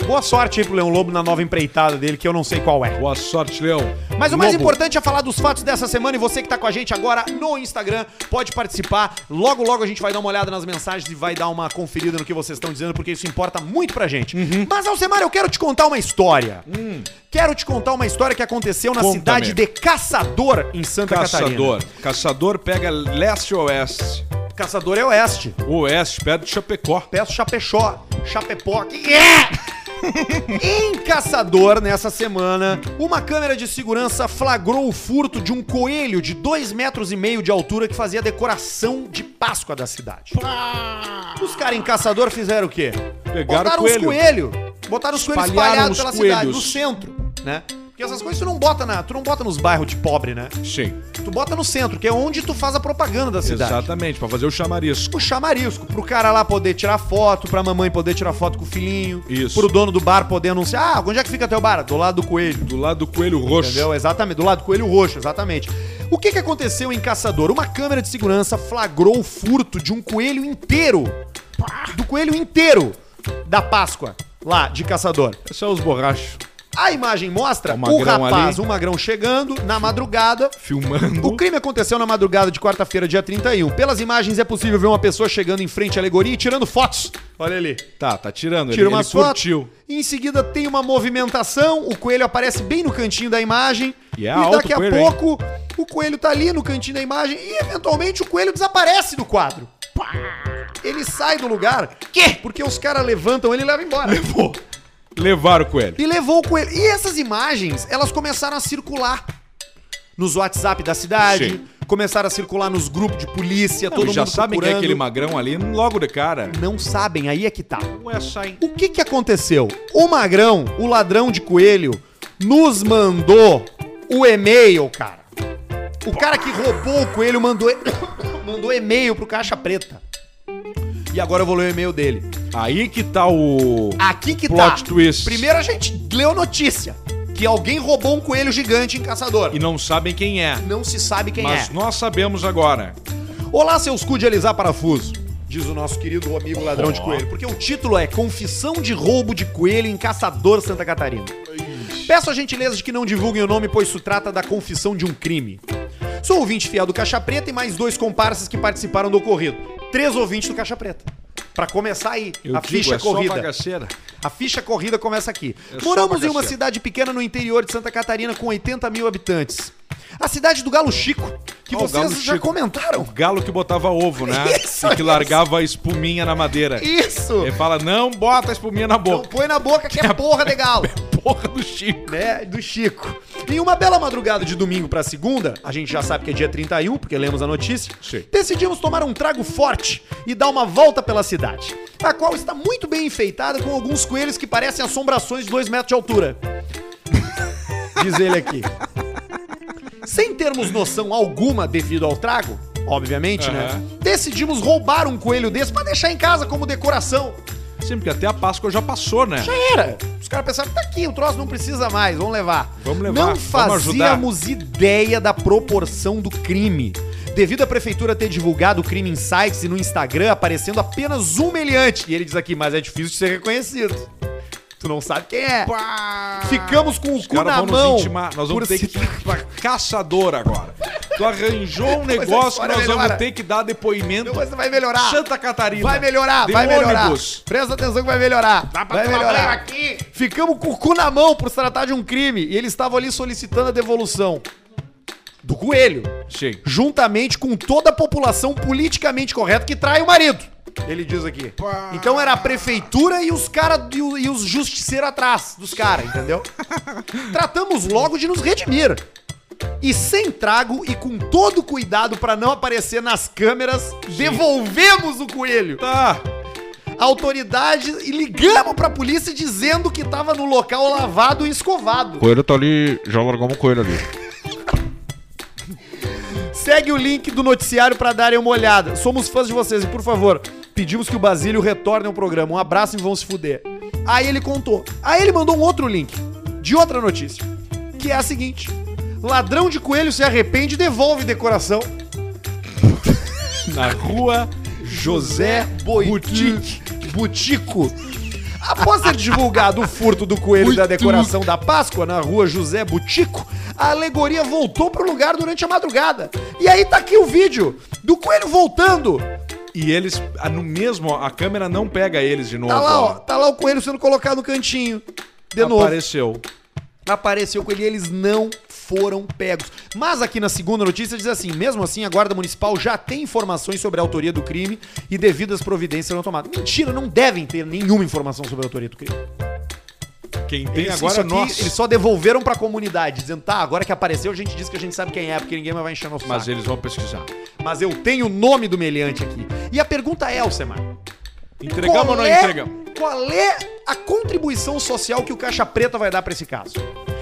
D: Boa sorte aí pro Leão Lobo na nova empreitada dele, que eu não sei qual é.
C: Boa sorte, Leão.
D: Mas o mais
C: Lobo.
D: importante é falar dos fatos dessa semana e você que tá com a gente agora no Instagram pode participar. Logo, logo a gente vai dar uma olhada nas mensagens e vai dar uma conferida no que vocês estão dizendo, porque isso importa muito pra gente.
C: Uhum.
D: Mas, Alcemar, eu quero te contar uma história. Quero te contar uma história que aconteceu na
C: Hum. Conta,
D: cidade
C: amigo.
D: de Caçador, em
B: é
D: Santa Catarina.
C: Caçador. Caçador pega leste e oeste.
D: Caçador é oeste.
C: Oeste, perto de Chapecó.
D: Peço Chapechó, Chapepó. que é? em Caçador, nessa semana, uma câmera de segurança flagrou o furto de um coelho de 2,5 metros e meio de altura que fazia decoração de Páscoa da cidade. Os caras em Caçador fizeram o quê?
C: Pegaram
D: botaram
C: o coelho.
D: os coelhos. Botaram os coelhos
C: Espalharam
D: espalhados
C: os
D: pela cidade,
C: coelhos.
D: no centro, né? Porque essas coisas tu não bota na, tu não bota nos bairros de pobre, né?
C: Sim.
D: Tu bota no centro, que é onde tu faz a propaganda da cidade
C: Exatamente, pra fazer o chamarisco.
D: o chamarisco, pro cara lá poder tirar foto, pra mamãe poder tirar foto com o filhinho,
C: Isso.
D: pro dono do bar poder anunciar, ah, onde é que fica teu bar? Do lado do coelho.
C: Do lado do coelho roxo.
D: Entendeu? Exatamente, do lado do coelho roxo, exatamente. O que, que aconteceu em Caçador? Uma câmera de segurança flagrou o furto de um coelho inteiro. Do coelho inteiro da Páscoa, lá de Caçador.
C: São os borrachos
D: A imagem mostra
C: O
D: o,
C: Um magrão
D: rapaz,
C: ali.
D: o magrão chegando na madrugada, o
C: filmando.
D: crime aconteceu na madrugada de quarta-feira, dia 31. Pelas imagens é possível ver uma pessoa chegando em frente à alegoria e tirando fotos. Olha ali.
C: Tá, tá tirando.
D: Tira
C: ele,
D: umas
C: ele
D: fotos.
C: curtiu.
D: Em seguida tem uma movimentação, o coelho aparece bem no cantinho da imagem.
C: E é alto
D: daqui
C: o coelho,
D: a pouco o coelho tá ali no cantinho da imagem e eventualmente o coelho desaparece do quadro. Ele sai do lugar. Quê? Porque os caras levantam ele e levam embora.
C: Levou. Levaram o coelho.
D: E levou o coelho. E essas imagens, elas começaram a circular nos WhatsApp da cidade,
C: Sim.
D: começaram a circular nos grupos de polícia, todo
C: Todo já
D: mundo
C: sabe quem é
D: procurando.
C: aquele magrão ali logo de cara.
D: Não sabem, aí é que tá.
C: Não é só
D: O que que aconteceu? O Magrão, o ladrão de coelho, nos mandou o e-mail, cara. O cara que roubou o coelho mandou, e- mandou e-mail pro Caixa Preta. E agora eu vou ler o e-mail dele.
C: Aí que tá o.
D: Aqui que
C: Plot
D: tá.
C: twist.
D: Primeiro a gente leu notícia que alguém roubou um coelho gigante em Caçador.
C: E não sabem quem é.
D: não se sabe quem
C: Mas
D: é.
C: nós sabemos agora.
D: Olá, seus cu de alisar parafuso. Diz o nosso querido amigo ladrão de coelho. Porque o título é Confissão de Roubo de Coelho em Caçador Santa Catarina. Peço a gentileza de que não divulguem o nome, pois isso trata da confissão de um crime. Sou ouvinte fiel do Caixa Preta e mais dois comparsas que participaram do ocorrido. Três ouvintes do Caixa Preta. Pra começar aí,
C: Eu
D: a
C: digo,
D: ficha
C: é só
D: corrida.
C: bagaceira.
D: A ficha corrida começa aqui.
C: É só
D: Moramos em uma
C: bagaceira.
D: cidade pequena no interior de Santa Catarina com 80 mil habitantes. A cidade do Galo Chico, que
C: Ó, o
D: vocês
C: Galo
D: já
C: Chico.
D: comentaram.
C: O galo que botava ovo, né?
D: Isso,
C: e que
D: isso.
C: largava a espuminha na madeira.
D: Isso!
C: Ele fala, não bota a espuminha na
D: Não
C: boca.
D: põe na boca que é porra de galo.
C: Porra do Chico.
D: Né? Do Chico. Em uma bela madrugada de domingo pra segunda, a gente já sabe que é dia 31, porque lemos a notícia,
C: Sim.
D: decidimos tomar um trago forte e dar uma volta pela cidade, a qual está muito bem enfeitada com alguns coelhos que parecem assombrações de 2 metros de altura. Diz ele aqui. Sem termos noção alguma devido ao trago, obviamente, né?
C: Aham.
D: Decidimos roubar um coelho desse pra deixar em casa como decoração.
C: Sempre que até a Páscoa já passou, né?
D: Já era. Os caras pensaram, tá aqui, o troço não precisa mais, vamos levar.
C: Vamos levar,
D: Não
C: vamos
D: fazíamos ideia da proporção do crime. Devido à prefeitura ter divulgado o crime em sites e no Instagram, aparecendo apenas um meliante. E ele diz aqui, mas é difícil de ser reconhecido. Tu não sabe quem é. Ficamos com o cu
C: Cara,
D: na
C: vamos
D: mão.
C: nos intimar. Nós vamos
D: por
C: ter
D: se-
C: que ir pra caçador agora. Tu arranjou um
D: Depois a
C: negócio que
D: história
C: nós
D: melhora.
C: vamos ter que dar depoimento.
D: Depois vai melhorar.
C: Santa Catarina.
D: Vai melhorar,
C: De
D: vai melhorar.
C: ônibus.
D: Presta atenção que vai melhorar. Dá
F: pra
D: vai
F: tomar
D: melhorar.
F: banho aqui.
D: Ficamos com o cu na mão por se tratar de um crime e ele estava ali solicitando a devolução do coelho,
C: Chega.
D: juntamente com toda a população politicamente correta que trai o marido. Ele diz aqui. Então era a prefeitura e os caras e, o- e os justiceiros atrás dos caras, entendeu? Tratamos logo de nos redimir. E sem trago e com todo cuidado pra não aparecer nas câmeras, devolvemos o coelho
C: Tá.
D: autoridades e ligamos pra polícia dizendo que tava no local lavado e escovado.
C: coelho tá ali, já largamos um coelho ali.
D: Segue o link do noticiário pra darem uma olhada. Somos fãs de vocês e, por favor, pedimos que o Basílio retorne ao programa. Um abraço e vão se fuder. Aí ele contou. Aí ele mandou um outro link de outra notícia, que é a seguinte: Ladrão de coelho se arrepende e devolve decoração.
C: Na rua José
D: Boutique. Butico. Após ter divulgado o furto do coelho da decoração da Páscoa na rua José Butico, a alegoria voltou pro lugar durante a madrugada. E aí tá aqui o vídeo do coelho voltando.
C: E eles, ah, no mesmo, ó, a câmera não pega eles de novo.
D: Tá lá, ó.
C: ó.
D: Tá lá o coelho sendo colocado no cantinho. De novo.
C: Apareceu.
D: apareceu com ele e eles não foram pegos. Mas aqui na segunda notícia diz assim: mesmo assim, a Guarda Municipal já tem informações sobre a autoria do crime e devidas providências serão tomadas. Mentira, não devem ter nenhuma informação sobre a autoria do crime.
C: Quem tem
D: Eles-
C: agora é
D: aqui,
C: nós.
D: Eles só devolveram pra comunidade, dizendo: tá, agora que apareceu, a gente diz que a gente sabe quem é, porque ninguém mais vai encher nosso
C: Mas
D: saco.
C: eles vão pesquisar.
D: Mas eu tenho o nome do meliante aqui. E a pergunta é, Alcemar.
C: Entregamos ou não
D: é-
C: entregamos?
D: Qual é a contribuição social que o Caixa Preta vai dar pra esse caso?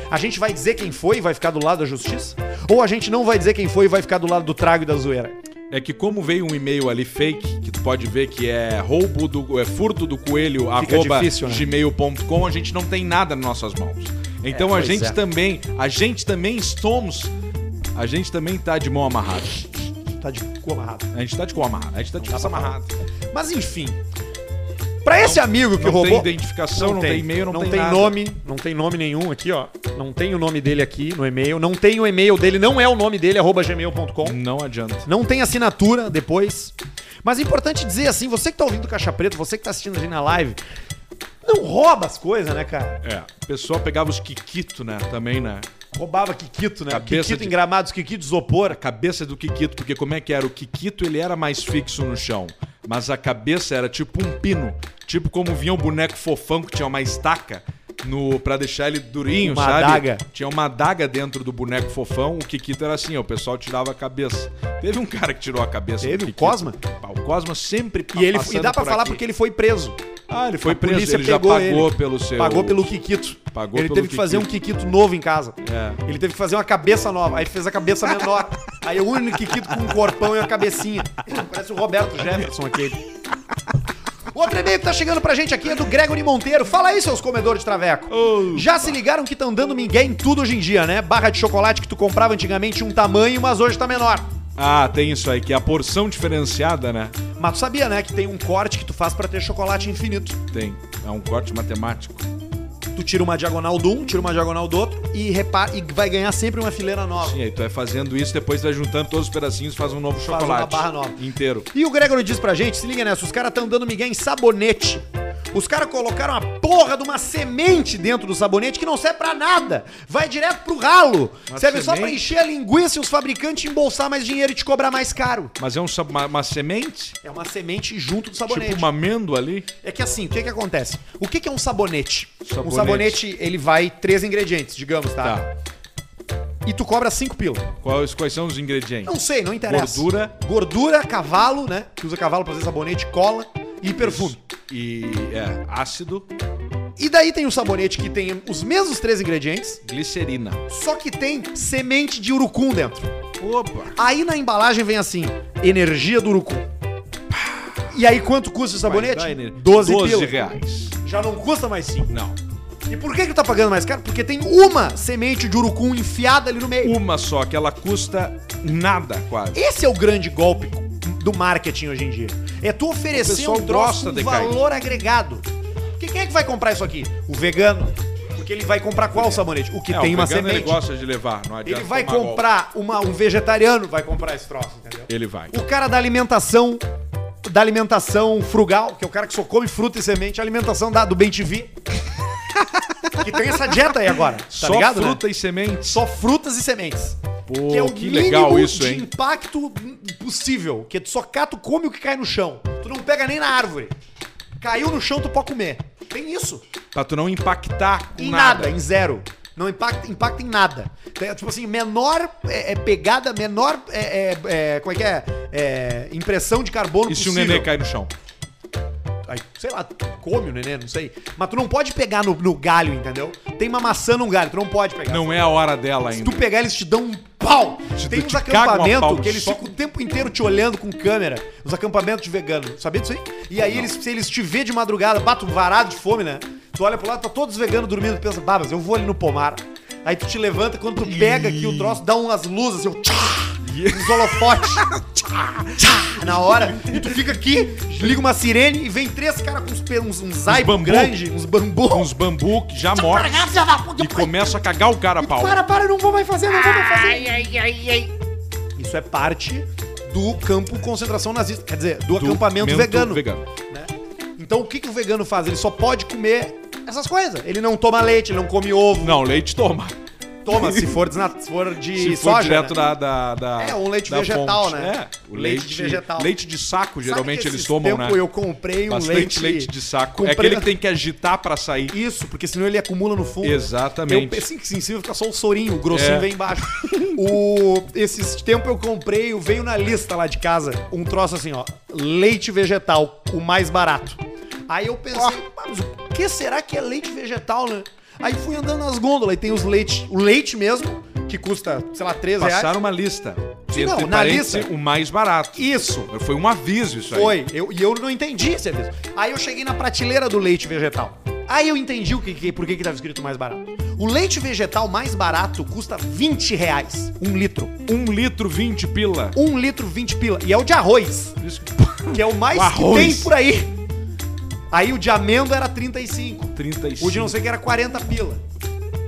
D: A gente vai dizer quem foi e vai ficar do lado da justiça? Ou a gente não vai dizer quem foi e vai ficar do lado do trago e da zoeira?
C: É que como veio um e-mail ali fake, que tu pode ver que é roubo do é furto do coelho arroba
D: difícil, né?
C: gmail.com, a gente não tem nada nas nossas mãos. Então a
D: pois
C: gente
D: é.
C: também, a gente também somos, a gente também tá de mão amarrada.
D: Tá de colado.
C: A gente tá de cu amarrada, a gente tá de cabeça amarrada.
D: Mas enfim. Pra esse amigo que
C: Não
D: roubou.
C: tem identificação, não, tem e-mail, não, tem, nada.
D: nome, Então não tem nome nenhum aqui, ó. Não tem o nome dele aqui no e-mail. Não tem o e-mail dele, não é o nome dele, arroba gmail.com.
C: Não adianta.
D: Não tem assinatura depois. Mas é importante dizer assim, você que tá ouvindo o Caixa Preta, você que tá assistindo a gente na live, não rouba as coisas, né, cara?
C: É, o pessoal pegava os Kikito, né? Também, né?
D: Roubava Kikito, né?
C: Cabeça
D: Kikito
C: de-
D: em gramados, Kikito de isopor.
C: Cabeça do Kikito, porque como é que era? O Kikito ele era mais fixo no chão. mas a cabeça era tipo um pino. Tipo como vinha um boneco fofão que tinha uma estaca no para deixar ele durinho,
D: Uma
C: sabe?
D: adaga.
C: Tinha uma adaga dentro do boneco fofão. O Kikito era assim, ó, o pessoal tirava a cabeça. Teve um cara que tirou a cabeça
D: Teve?
C: do
D: O
C: Kikito.
D: Cosma?
C: Pá, O Cosma sempre
D: E, ele, e
C: passando
D: dá pra
C: por
D: falar
C: aqui.
D: porque ele foi preso.
C: Ah, ele foi
D: a
C: preso,
D: polícia
C: ele já
D: pegou
C: pagou
D: ele.
C: pelo seu...
D: Pagou pelo Kikito.
C: Pagou
D: ele
C: pelo
D: teve que fazer um Kikito novo em casa.
C: É.
D: Ele teve que fazer uma cabeça nova. Aí fez a cabeça menor. aí o único Kikito com um corpão e uma cabecinha. Parece o Roberto Jefferson aquele. Outro e-mail que tá chegando pra gente aqui é do Gregory Monteiro. Fala aí, seus comedores de traveco.
C: Oh.
D: Já se ligaram que estão dando migué em tudo hoje em dia, né? Barra de chocolate que tu comprava antigamente um tamanho, mas hoje tá menor.
C: Ah, tem isso aí, que é a porção diferenciada, né?
D: Mas tu sabia, né, que tem um corte que tu faz pra ter chocolate infinito.
C: Tem. É um corte matemático.
D: Tu tira uma diagonal de um, tira uma diagonal do outro e, repa e vai ganhar sempre uma fileira nova.
C: Sim, aí tu vai fazendo isso, depois vai juntando todos os pedacinhos e faz um novo
D: Faz uma
C: chocolate.
D: barra nova.
C: Inteiro.
D: E o Gregory diz pra gente, se liga nessa, os caras estão dando migué em sabonete. Os caras colocaram a porra de uma semente dentro do sabonete que não serve pra nada. Vai direto pro ralo.
C: Uma
D: serve só pra
C: semente?
D: encher a linguiça e os fabricantes embolsar mais dinheiro e te cobrar mais caro.
C: Mas é um, sab- uma, uma semente?
D: É uma semente junto do sabonete.
C: Tipo uma amêndoa ali?
D: É que assim, o que que acontece? O que que é um sabonete? Um
C: Sabonete.
D: sabonete, ele vai três ingredientes, digamos, tá?
C: Tá.
D: E tu cobra cinco pila.
C: Quais, quais são os ingredientes?
D: Não sei, não interessa.
C: Gordura.
D: Gordura, cavalo, né? Que usa cavalo pra fazer sabonete, cola e perfume.
C: E é ácido,
D: E daí tem o sabonete que tem os mesmos três ingredientes,
C: glicerina.
D: só que tem semente de urucum dentro.
C: Opa!
D: Aí na embalagem vem assim, energia do urucum. E aí quanto custa o sabonete?
C: 12,
D: 12, pila.
C: né? reais.
D: Já não custa mais cinco.
C: Não.
D: E por que que tá pagando mais caro? Porque tem uma semente de urucum enfiada ali no meio.
C: Uma só, que ela custa nada quase.
D: Esse é o grande golpe do marketing hoje em dia. É tu oferecer
C: O pessoal
D: um troço
C: gosta
D: com
C: de
D: valor agregado. Porque quem é que vai comprar isso aqui? O vegano. Porque ele vai comprar qual sabonete? O que
C: É,
D: tem
C: o
D: uma
C: vegano,
D: semente.
C: Ele gosta de levar, não adianta
D: Ele vai
C: tomar
D: comprar uma, um vegetariano, vai comprar esse troço, entendeu?
C: golpe. Ele vai.
D: O cara da alimentação, da alimentação frugal, que é o cara que só come fruta e semente, a alimentação da, do Bem TV. que tem essa dieta aí agora, tá
C: só
D: ligado? né?
C: fruta e semente.
D: Só frutas e sementes. é
C: Pô, que legal isso,
D: de
C: hein?
D: impacto possível. Que tu só cata, tu come o que cai no chão. Tu não pega nem na árvore. Caiu no chão, tu pode comer. Tem isso.
C: Pra tu não impactar com
D: Em nada, em zero. Não impacta, impacta em nada. Tem, Tipo assim, menor é, é pegada, menor é, é, é, como é que é? É, impressão de carbono
C: E se o um nenê cai
D: cai...
C: no chão?
D: sei lá, come o nenê, não sei. Mas tu não pode pegar no, no galho, entendeu? Tem uma maçã num galho, tu não pode pegar.
C: Não é a hora dela
D: Se
C: ainda.
D: tu pegar, eles te dão um pau.
C: Se
D: Tem
C: tu
D: uns
C: te caga uma pau
D: acampamentos
C: no
D: que eles
C: sol.
D: ficam o tempo inteiro te olhando com câmera. Os acampamentos de vegano. Sabia disso aí? E aí, eles, se eles te vê de madrugada, bato varado de fome, né? Tu olha pro lado, tá todos veganos dormindo. Tu pensa, babas, eu vou ali no pomar. Aí tu te levanta, quando tu pega aqui o troço, dá umas luzes, assim, um tchá, uns holofotes. Tchá, tchá, na hora. E tu fica aqui, liga uma sirene e vem três caras com uns, pe- uns, uns aipo
C: bambu.
D: grande, uns bambu.
C: Com os bambu que já morre e começa a cagar o cara a pau.
D: Para, para, não vou mais fazer, não vou mais fazer. Isso é parte do campo concentração nazista, quer dizer, do, acampamento
C: mento
D: vegano. né? Então o que, que o vegano faz? Ele só pode comer essas coisas. Ele não toma leite, ele não come ovo.
C: Não, leite toma.
D: Toma, se for, desna- se for de
C: Se for
D: soja.
C: direto
D: né?
C: da, da, da-
D: É, um leite
C: da
D: vegetal,
C: fonte.
D: né?
C: É, o leite,
D: Leite de vegetal.
C: Leite de saco,
D: Sabe
C: geralmente
D: que
C: eles
D: esses
C: tomam, né?
D: tempo Eu comprei um
C: Bastante leite,
D: leite.
C: de saco. É
D: comprei-
C: aquele que tem que agitar pra sair.
D: Isso, porque senão ele acumula no fundo. Eu
C: Exatamente.
D: pensei que sim, sim, fica só o sorinho, o grossinho
C: É.
D: vem embaixo. o, esses tempo eu comprei, veio na lista lá de casa, um troço assim, ó, leite vegetal, o mais barato. Aí eu pensei, "Ah, mas o que será que é leite vegetal, né? Aí fui andando nas gôndolas e tem os leites, o leite mesmo, que custa, sei lá, 3
C: Passaram
D: reais.
C: uma lista.
D: Sim, não, na
C: parênteses,
D: lista.
C: o mais barato.
D: Isso.
C: Foi um aviso isso aí.
D: Foi, eu, e eu não entendi esse aviso. Aí eu cheguei na prateleira do leite vegetal. Aí eu entendi o que, que, por que que tava escrito mais barato. O leite vegetal mais barato custa 20 reais, um litro.
C: Um litro, 20 pila.
D: Um litro, 20 pila. E é o de arroz,
C: Isso-
D: que é o mais
C: O
D: que
C: arroz.
D: tem por aí. Aí o de amêndoa era 35.
C: 35.
D: O de não sei o que era 40 pila.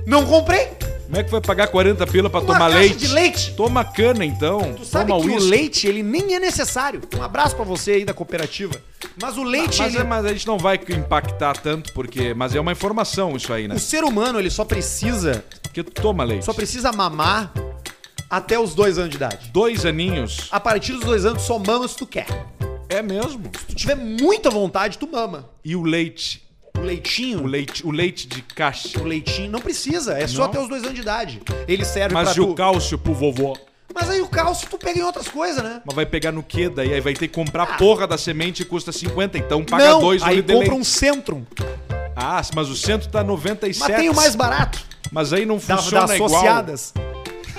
D: Não comprei.
C: Como é que vai pagar 40 pila pra
D: Uma
C: tomar
D: caixa
C: leite?
D: de leite.
C: Toma cana, então.
D: Tu sabe
C: Toma
D: que o
C: uísque.
D: leite, ele nem é necessário. Um abraço pra você aí da cooperativa. Mas o leite...
C: Mas,
D: ele-
C: é- mas a gente não vai impactar tanto, porque. Mas é uma informação isso aí, né?
D: O um ser humano, ele só precisa
C: Porque tu toma leite.
D: só precisa mamar até os dois anos de idade.
C: Dois aninhos.
D: A partir dos dois anos, só mama se tu quer.
C: É, É mesmo.
D: Se tu tiver muita vontade, tu mama.
C: E o leite?
D: O leitinho.
C: O leite, o leite de caixa.
D: O leitinho não precisa, é
C: Não?
D: só até os dois anos de idade. Ele serve
C: Mas
D: pra
C: e
D: tu...
C: o cálcio pro vovô?
D: Mas aí o cálcio tu pega em outras coisas, né?
C: Mas vai pegar no quê daí? Aí vai ter que comprar a porra da semente e custa 50, então paga dois
D: Ah. aí
C: litro de
D: compra
C: leite.
D: um centrum.
C: Ah, mas o centro tá 97.
D: Mas tem o mais barato.
C: Mas aí não
D: Da,
C: funciona
D: das
C: igual.
D: associadas.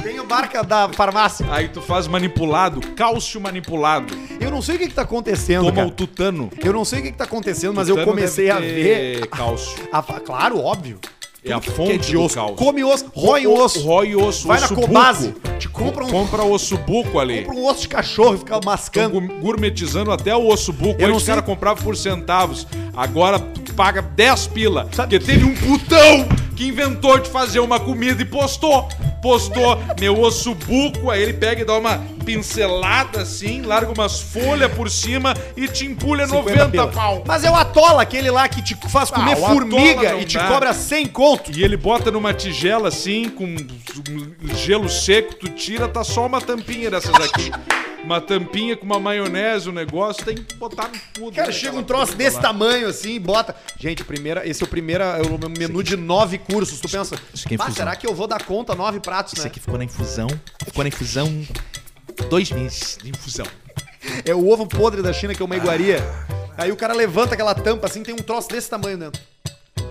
D: Tem o barca da farmácia.
C: Aí tu faz manipulado, cálcio manipulado.
D: Eu não sei o que, que tá acontecendo,
C: Toma
D: cara.
C: o tutano.
D: Eu não sei o que, que tá acontecendo, mas eu
C: Tutano
D: comecei a
C: deve ter
D: ver.
C: cálcio.
D: a fa- claro, óbvio.
C: É a
D: Tudo que
C: fonte
D: é
C: do
D: de osso.
C: cálcio.
D: Come osso, rói osso.
C: Rói osso,
D: Vai na
C: osso buco.
D: Cobase. Te compra um,
C: Compra o osso buco ali.
D: compra um osso de cachorro e fica
C: Estão
D: mascando.
C: gu- gourmetizando até o osso buco.
D: Eu
C: Aí
D: não
C: os caras
D: sei-
C: compravam por centavos. Agora tu paga 10 pila.
D: Sabe-
C: Porque teve um putão que inventou de fazer uma comida e postou. Postou meu osso buco. Aí ele pega e dá uma pincelada assim, larga umas folhas por cima e te empulha 90
D: pila.
C: pau. Ah,
D: Mas é o atola, aquele lá que te faz comer
C: o Atola
D: formiga
C: não
D: e te
C: dá.
D: cobra 100 conto.
C: E ele bota numa tigela assim, com um gelo seco, tu tira, tá só uma tampinha dessas aqui. Uma tampinha com uma maionese, um negócio, tem que botar no tudo.
D: Cara,
C: né,
D: chega
C: aquela
D: um troço
C: coisa
D: desse
C: lá.
D: tamanho assim e bota. Gente, primeira, esse é o primeiro é o meu menu de nove cursos. Tu pensa,
H: isso aqui é
D: "Ah,
H: infusão."
D: será que eu vou dar conta nove pratos,
H: Isso
D: né?
H: aqui ficou na infusão. Ficou na infusão dois meses de infusão.
D: É o ovo podre da China que é uma iguaria. Aí o cara levanta aquela tampa assim, tem um troço desse tamanho dentro.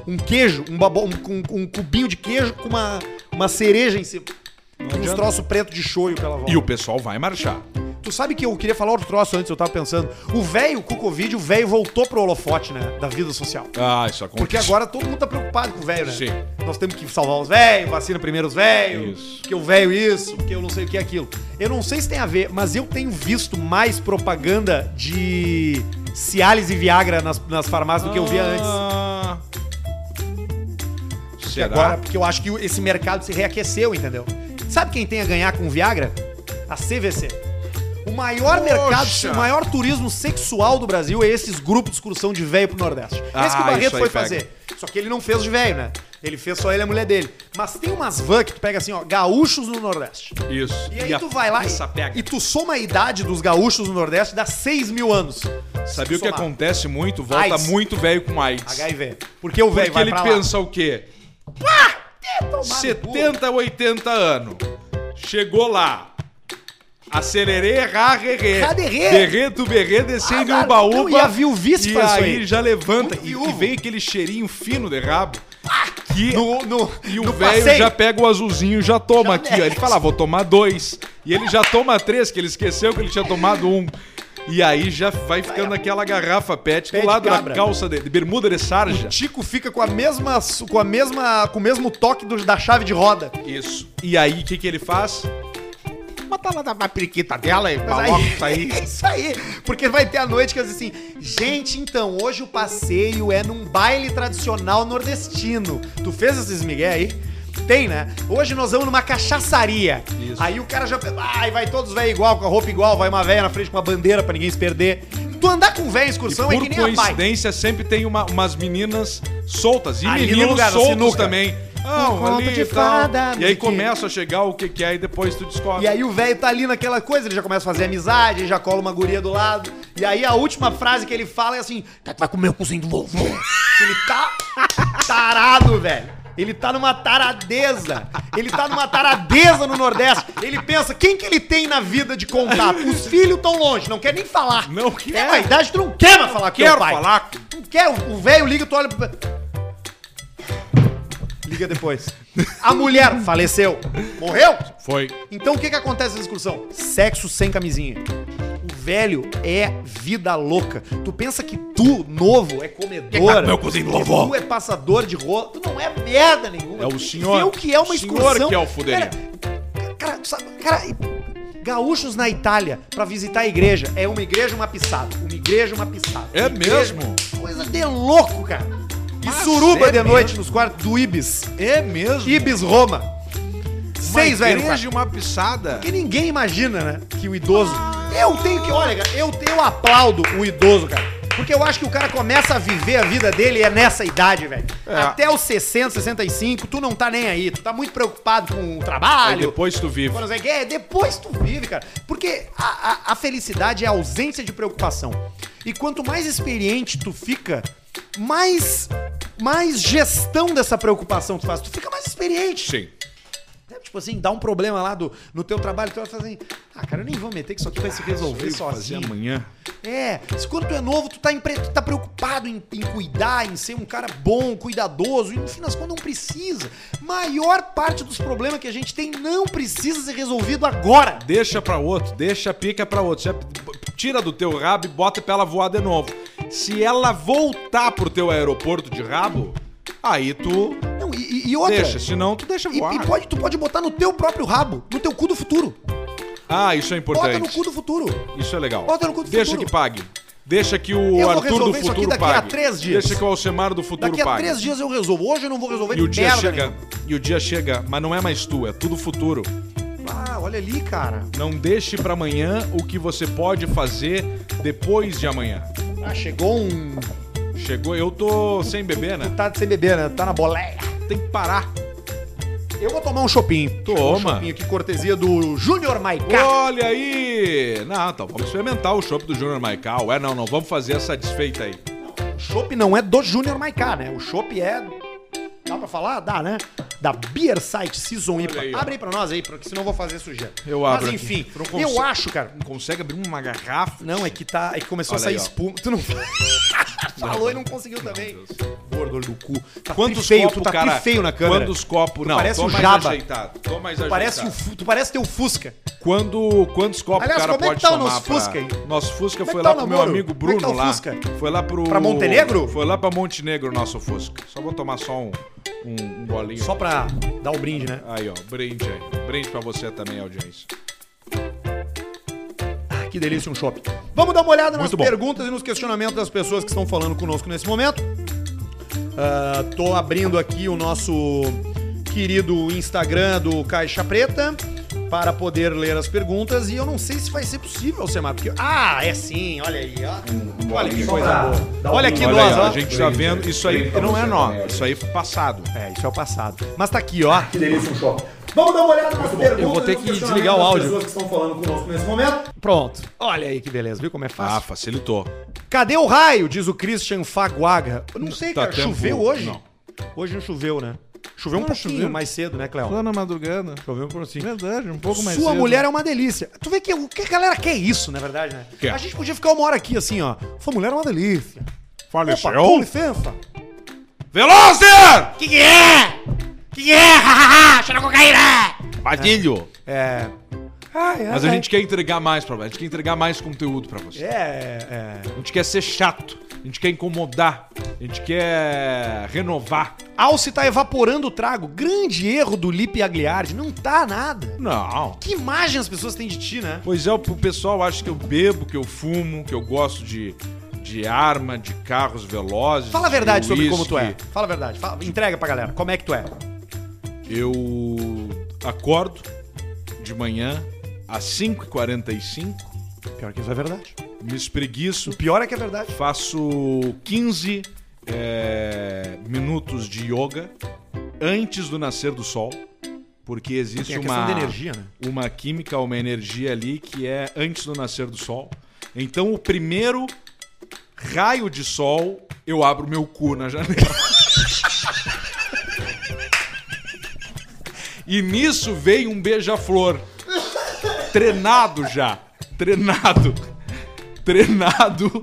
D: Um queijo, um, babo, um, um- um cubinho de queijo com uma, uma cereja em cima. E uns
C: adianta.
D: troços preto de shoyu pela volta.
C: E o pessoal vai marchar.
D: Tu sabe que eu queria falar outro troço antes, eu tava pensando. O velho com o Covid, o velho voltou pro holofote, né? Da vida social.
C: Ah, isso acontece.
D: Porque agora todo mundo tá preocupado com o velho, né?
C: Sim.
D: Nós temos que salvar os velhos, vacina primeiro os velhos,
C: Isso.
D: que o velho isso, que eu não sei o que é aquilo. Eu não sei se tem a ver, mas eu tenho visto mais propaganda de Cialis e Viagra nas, nas farmácias do que eu via antes.
C: Ah.
D: E
C: Será?
D: agora, porque eu acho que esse mercado se reaqueceu, entendeu? Sabe quem tem a ganhar com Viagra? A CVC. O maior
C: Poxa!
D: mercado, o maior turismo sexual do Brasil é esses grupos de excursão de velho pro Nordeste. Esse que
C: Ah,
D: o Barreto
C: isso aí
D: foi
C: pega.
D: fazer. Só que ele não fez de velho, né? Ele fez só ele e a mulher dele. Mas tem umas van que tu pega assim, ó, gaúchos no Nordeste.
C: Isso.
D: E aí
C: a
D: tu vai lá
C: pizza
D: e,
C: pega.
D: e tu soma a idade dos gaúchos no Nordeste, dá 6 mil anos.
C: Sabia o que
D: Somar.
C: acontece muito? Volta
D: AIDS.
C: muito velho com AIDS.
D: HIV. Porque o velho
C: Porque
D: vai
C: ele
D: pra lá.
C: pensa o quê? Pá! 70, 80 anos. Chegou lá. Acelerê, rá, rerê.
D: Raderê.
C: Derrê, tuberê, descendo
D: Ah,
C: o baú.
D: não, e a viuvice
C: E
D: faz isso
C: aí,
D: aí.
C: já levanta.
D: Muito
C: E,
D: viúvo.
C: e vem aquele cheirinho fino de rabo. Que
D: No, no,
C: E o
D: no
C: velho
D: passeio.
C: já pega o azulzinho e já toma
D: Já
C: aqui, ó. Ele
D: desce.
C: fala, "Ah, vou tomar dois. E ele já toma três, que ele esqueceu que ele tinha tomado um. E aí já vai ficando aquela garrafa pet
D: Pé
C: do
D: de
C: lado
D: cabra.
C: da calça dele, de bermuda de sarja.
D: Tico fica com a mesma com a mesma com o mesmo toque do- da chave de roda.
C: Isso. E aí, o que, que ele faz?
H: Bota lá na periquita dela e
C: Tá
D: Mas aí, é isso aí. Porque vai ter a noite que eu digo assim, gente, então, hoje o passeio é num baile tradicional nordestino. Tu fez esses migué aí? Tem, né? Hoje nós vamos numa cachaçaria.
C: Isso.
D: Aí o cara já pensa, ai, vai todos velho igual, com a roupa igual, vai uma velha na frente com uma bandeira pra ninguém se perder. Tu andar com velho em
C: E
D: excursão é
C: por
D: que nem a pai.
C: coincidência, sempre tem uma- umas meninas soltas. E
D: Ali no
C: meninos
D: lugar da
C: soltos
D: sinuca.
C: também. Ah,
D: Um conto
C: ali
D: de
C: e tal.
D: fada,
C: E aí
D: Mickey.
C: começa a chegar o que, que é e depois tu descobre.
D: E aí o velho tá ali naquela coisa, ele já começa a fazer amizade, ele já cola uma guria do lado. E aí a última frase que ele fala é assim: "Tá, tu vai comer o cozinho do vovô. Ele tá tarado, velho. Ele tá numa taradeza. Ele tá numa taradeza no Nordeste. Ele pensa, quem que ele tem na vida de contato? Os filhos tão longe, não quer nem falar.
C: Não quer.
D: quer. Tem uma idade, tu não quer mais falar com teu
C: Quero
D: pai.
C: falar.
D: Não quer, o velho liga, tu olha. pra- Liga depois. A mulher faleceu. Morreu?
C: Foi.
D: Então o que que acontece nessa excursão? Sexo sem camisinha. O velho é vida louca. Tu pensa que tu, novo, é comedor.
H: meu cozinho
D: que
H: louvor.
D: tu é passador de rolo. Tu não é merda nenhuma.
C: É o
D: Tu
C: senhor-
D: Vê o que é uma
C: o senhor
D: excursão.
C: que é o fuderia.
D: Cara, cara, tu sabe, cara, e- gaúchos na Itália pra visitar a igreja. É uma igreja, uma pisada. Uma igreja, uma pisada.
C: É
D: Uma igreja-
C: mesmo?
D: Coisa de louco, cara. E
C: Mas
D: suruba
C: é
D: de noite nos quartos do Ibis.
C: É mesmo?
D: Ibis Roma. Seis,
C: uma
D: velho. no quarto.
C: igreja e uma pisada.
D: Porque ninguém imagina, né? Que o idoso. Eu tenho que. Olha, cara, eu, eu aplaudo o idoso, cara. Porque eu acho que o cara começa a viver a vida dele é nessa idade, velho.
C: É.
D: Até os 60, 65, tu não tá nem aí. Tu tá muito preocupado com o
C: Aí
D: trabalho.
C: depois tu vive.
D: Quando você quer, depois tu vive, cara. Porque a, a- a felicidade é a ausência de preocupação. E quanto mais experiente tu fica, mais, mais gestão dessa preocupação tu faz. Tu fica mais experiente.
C: Sim.
D: Né? Tipo assim, dá um problema lá do, no teu trabalho, tu vai fazer assim, ah, cara, eu nem vou meter que isso aqui
C: Ah,
D: vai se resolver
C: Veio fazer
D: sozinho.
C: amanhã.
D: É, se quando tu é novo, tu tá, empre... tu tá preocupado em, em cuidar, em ser um cara bom, cuidadoso, e no fim das contas não precisa. Maior parte dos problemas que a gente tem não precisa ser resolvido agora.
C: Deixa pra outro, deixa a pica pra outro. Já p- tira do teu rabo e bota pra ela voar de novo. Se ela voltar pro teu aeroporto de rabo, aí tu
D: Não, e, e- e outra.
C: deixa, senão tu deixa
D: E,
C: voar.
D: e pode, tu pode botar no teu próprio rabo, no teu cu do futuro.
C: Ah, isso é
D: Bota
C: importante.
D: no cu do futuro.
C: Isso é legal.
D: Bota no cu do
C: deixa
D: futuro.
C: que pague. Deixa que o
D: vou
C: Arthur do
D: resolver isso aqui
C: futuro
D: daqui a
C: pague.
D: três dias.
C: Deixa que o Alcemar do futuro
D: Daqui a
C: pague.
D: três dias eu resolvo. Hoje eu não vou resolver
C: e o dia
D: merda
C: chega,
D: nenhuma.
C: e o dia chega, mas não é mais tu, é tudo futuro.
D: Ah, olha ali, cara.
C: Não deixe pra amanhã o que você pode fazer depois de amanhã.
D: Ah, chegou um.
C: Chegou, eu tô sem bebê, né?
D: Tá sem beber, né? Tá na boleia.
C: Tem que parar.
D: Eu vou tomar um chopinho.
C: Toma.
D: Um chopinho aqui, cortesia do Júnior Maiká.
C: Olha aí! Não, então vamos experimentar o chopp do Junior Maical. É, não, não, vamos fazer essa desfeita aí.
D: O chopp não é do Júnior Maiká, né? O chopp é... Dá pra falar? Dá, né? Da Beer Site Season IPA.
C: aí, ó.
D: Abre aí pra nós aí, porque senão eu vou fazer sujeira.
C: Eu abro aqui.
D: Mas enfim,
C: Não consigo.
D: eu acho, cara...
C: Não consegue abrir uma garrafa?
D: Não, é que tá... É que começou
C: Olha
D: a sair
C: aí, ó.
D: espuma. Tu não... Falou e não conseguiu também. Gordo, olho do cu. Tá
C: Quantos
D: feio,
C: copos,
D: tu tá
C: cara?
D: feio na câmera.
C: Quantos copos? Não,
D: parece
C: tô
D: o
C: mais
D: Jaba.
C: ajeitado. Tô mais
D: Tu
C: ajeitado.
D: parece, um o, fu- tu parece teu Fusca.
C: um Quando, quantos copos
D: Aliás,
C: o cara
D: como é
C: pode
D: que tá o
C: tomar?
D: nosso
C: pra-
D: Fusca aí?
C: Nosso Fusca
D: Como é
C: foi
D: que
C: lá
D: tá o
C: pro meu
D: namoro?
C: amigo
D: Como é
C: Bruno
D: que tá o
C: lá.
D: Fusca?
C: Foi lá pro...
D: Pra Montenegro?
C: Foi lá pra Montenegro o nosso Fusca. Só vou tomar só um, um, um golinho.
D: Só pra dar o brinde, né?
C: Aí, ó, brinde aí. Brinde pra você também, audiência.
D: Ah, que delícia um shopping. Vamos dar uma olhada nas
C: Muito bom.
D: perguntas e nos questionamentos das pessoas que estão falando conosco nesse momento. Ah, tô abrindo aqui o nosso querido Instagram do Caixa Preta para poder ler as perguntas e eu não sei se vai ser possível, Semar, porque... Ah, é sim, olha aí, ó. Olha que coisa boa. um Olha aqui
C: Olha
D: nós,
C: aí, ó,
D: ó.
C: a gente tá vendo. Isso aí não é nó. Isso aí foi passado.
D: É, isso é o passado. Mas tá aqui, ó. Que delícia um shopping. Vamos dar uma olhada nas perguntas. Eu vou ter que desligar o áudio. pessoas que estão falando conosco nesse momento. Pronto. Olha aí que beleza, viu como é fácil?
C: Ah, facilitou.
D: Cadê o raio? Diz o Christian Faguaga. Eu não sei,
C: Tá
D: cara.
C: tempo-
D: Choveu hoje?
C: não.
D: Hoje não choveu, né? Choveu um pouquinho
H: choveu.
D: mais cedo, né, Cléo?
H: na madrugada.
D: Choveu por assim.
H: Verdade, um pouco
D: Sua
H: mais cedo.
D: mulher é uma delícia. Tu vê que o que a galera quer é isso, na verdade, né?
C: Quer.
D: A gente podia ficar uma hora aqui assim, ó. Sua mulher é uma delícia. Opa, com
C: Faleceu?
D: licença.
C: Veloster!
D: Que que é? Que que é? Cheira cocaína!
C: Padilho!
D: É. Ai,
C: Mas a gente quer entregar mais pra você. A gente quer entregar mais conteúdo pra você.
D: É, é.
C: A gente quer ser chato. A gente quer incomodar. A gente quer renovar.
D: Alce tá evaporando o trago. Grande erro do Lipe Agliardi. Não tá nada.
C: Não.
D: Que imagem as pessoas têm de ti, né?
C: Pois é, o pessoal acha que eu bebo, que eu fumo, que eu gosto de, de arma, de carros velozes.
D: Fala a
C: de
D: verdade sobre
C: uísque.
D: como tu é. Fala a verdade. Fala- entrega pra galera. Como é que tu é?
C: Eu acordo de manhã às 5h45,
D: Pior que isso é verdade.
C: me espreguiço,
D: O pior é que é verdade.
C: faço 15 eh, minutos de yoga antes do nascer do sol, porque existe
D: Tem é a questão
C: uma,
D: da energia, né?
C: uma química, uma energia ali que é antes do nascer do sol. Então, o primeiro raio de sol, eu abro meu cu na janela. e nisso veio um beija-flor. Treinado já. Treinado. Treinado.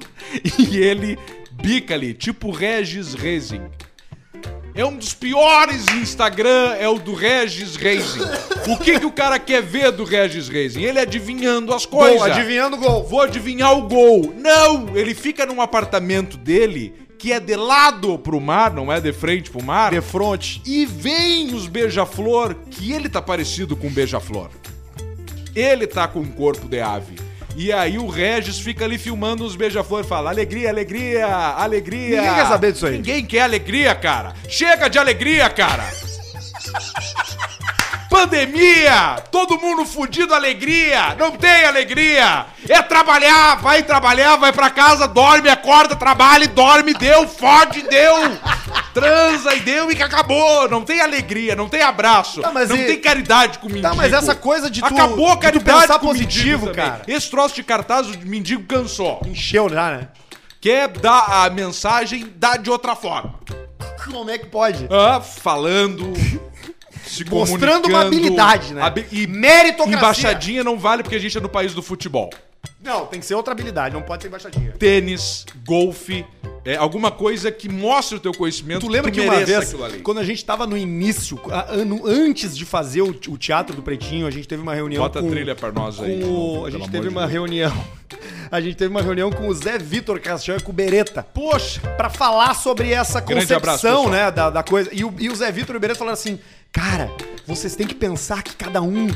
C: E ele bica ali, tipo Regis Racing. É um dos piores Instagram, é o do Regis Racing. O que, que o cara quer ver do Regis Racing? Ele adivinhando as coisas.
D: o gol.
C: Vou adivinhar o gol. Não! Ele fica num apartamento dele que é de lado pro mar, não é de frente pro mar.
D: De front.
C: E vem os beija-flor, que ele tá parecido com um beija-flor. Ele tá com um corpo de ave. E aí o Regis fica ali filmando os beija-flor e fala: alegria, alegria, alegria.
D: Ninguém quer saber disso aí.
C: Ninguém quer alegria, cara. Chega de alegria, cara. Pandemia! Todo mundo fudido, alegria! Não tem alegria! É trabalhar, vai trabalhar, vai pra casa, dorme, acorda, trabalha, e dorme, deu, fode, deu! Transa e deu e que acabou! Não tem alegria, não tem abraço,
D: Tá, mas
C: não
D: e-
C: tem caridade com mendigo.
D: Tá, mas essa coisa de tu,
C: Acabou a
D: de tu
C: caridade
D: pensar
C: com o mendigo
D: positivo,
C: também.
D: cara.
C: Esse troço de cartaz, o mendigo cansou.
D: Encheu já, né?
C: Quer dar a mensagem, dá de outra forma.
D: Como é que pode?
C: Ah, falando, se
D: Mostrando
C: comunicando,
D: uma habilidade, né?
C: habi- e
D: Meritocracia.
C: embaixadinha não vale porque a gente é no país do futebol.
D: Não, tem que ser outra habilidade, não pode ser embaixadinha.
C: Tênis, golfe, é, alguma coisa que mostre o teu conhecimento.
D: Tu lembra
C: tu
D: que uma
C: mereça
D: vez,
C: aquilo ali.
D: quando a gente tava no início, a- ano, antes de fazer o, o Teatro do Pretinho, a gente teve uma reunião
C: Bota a
D: com...
C: trilha pra nós aí,
D: com o-
C: pelo
D: a gente
C: amor
D: teve
C: de
D: uma
C: Deus.
D: reunião... A gente teve uma reunião com o Zé Vitor Castian e com o Beretta. Poxa! Pra falar sobre essa
C: Grande
D: concepção,
C: abraço, pessoal.
D: né, da, da coisa. E o, e o Zé Vitor e o Beretta falaram assim, cara, vocês têm que pensar que cada um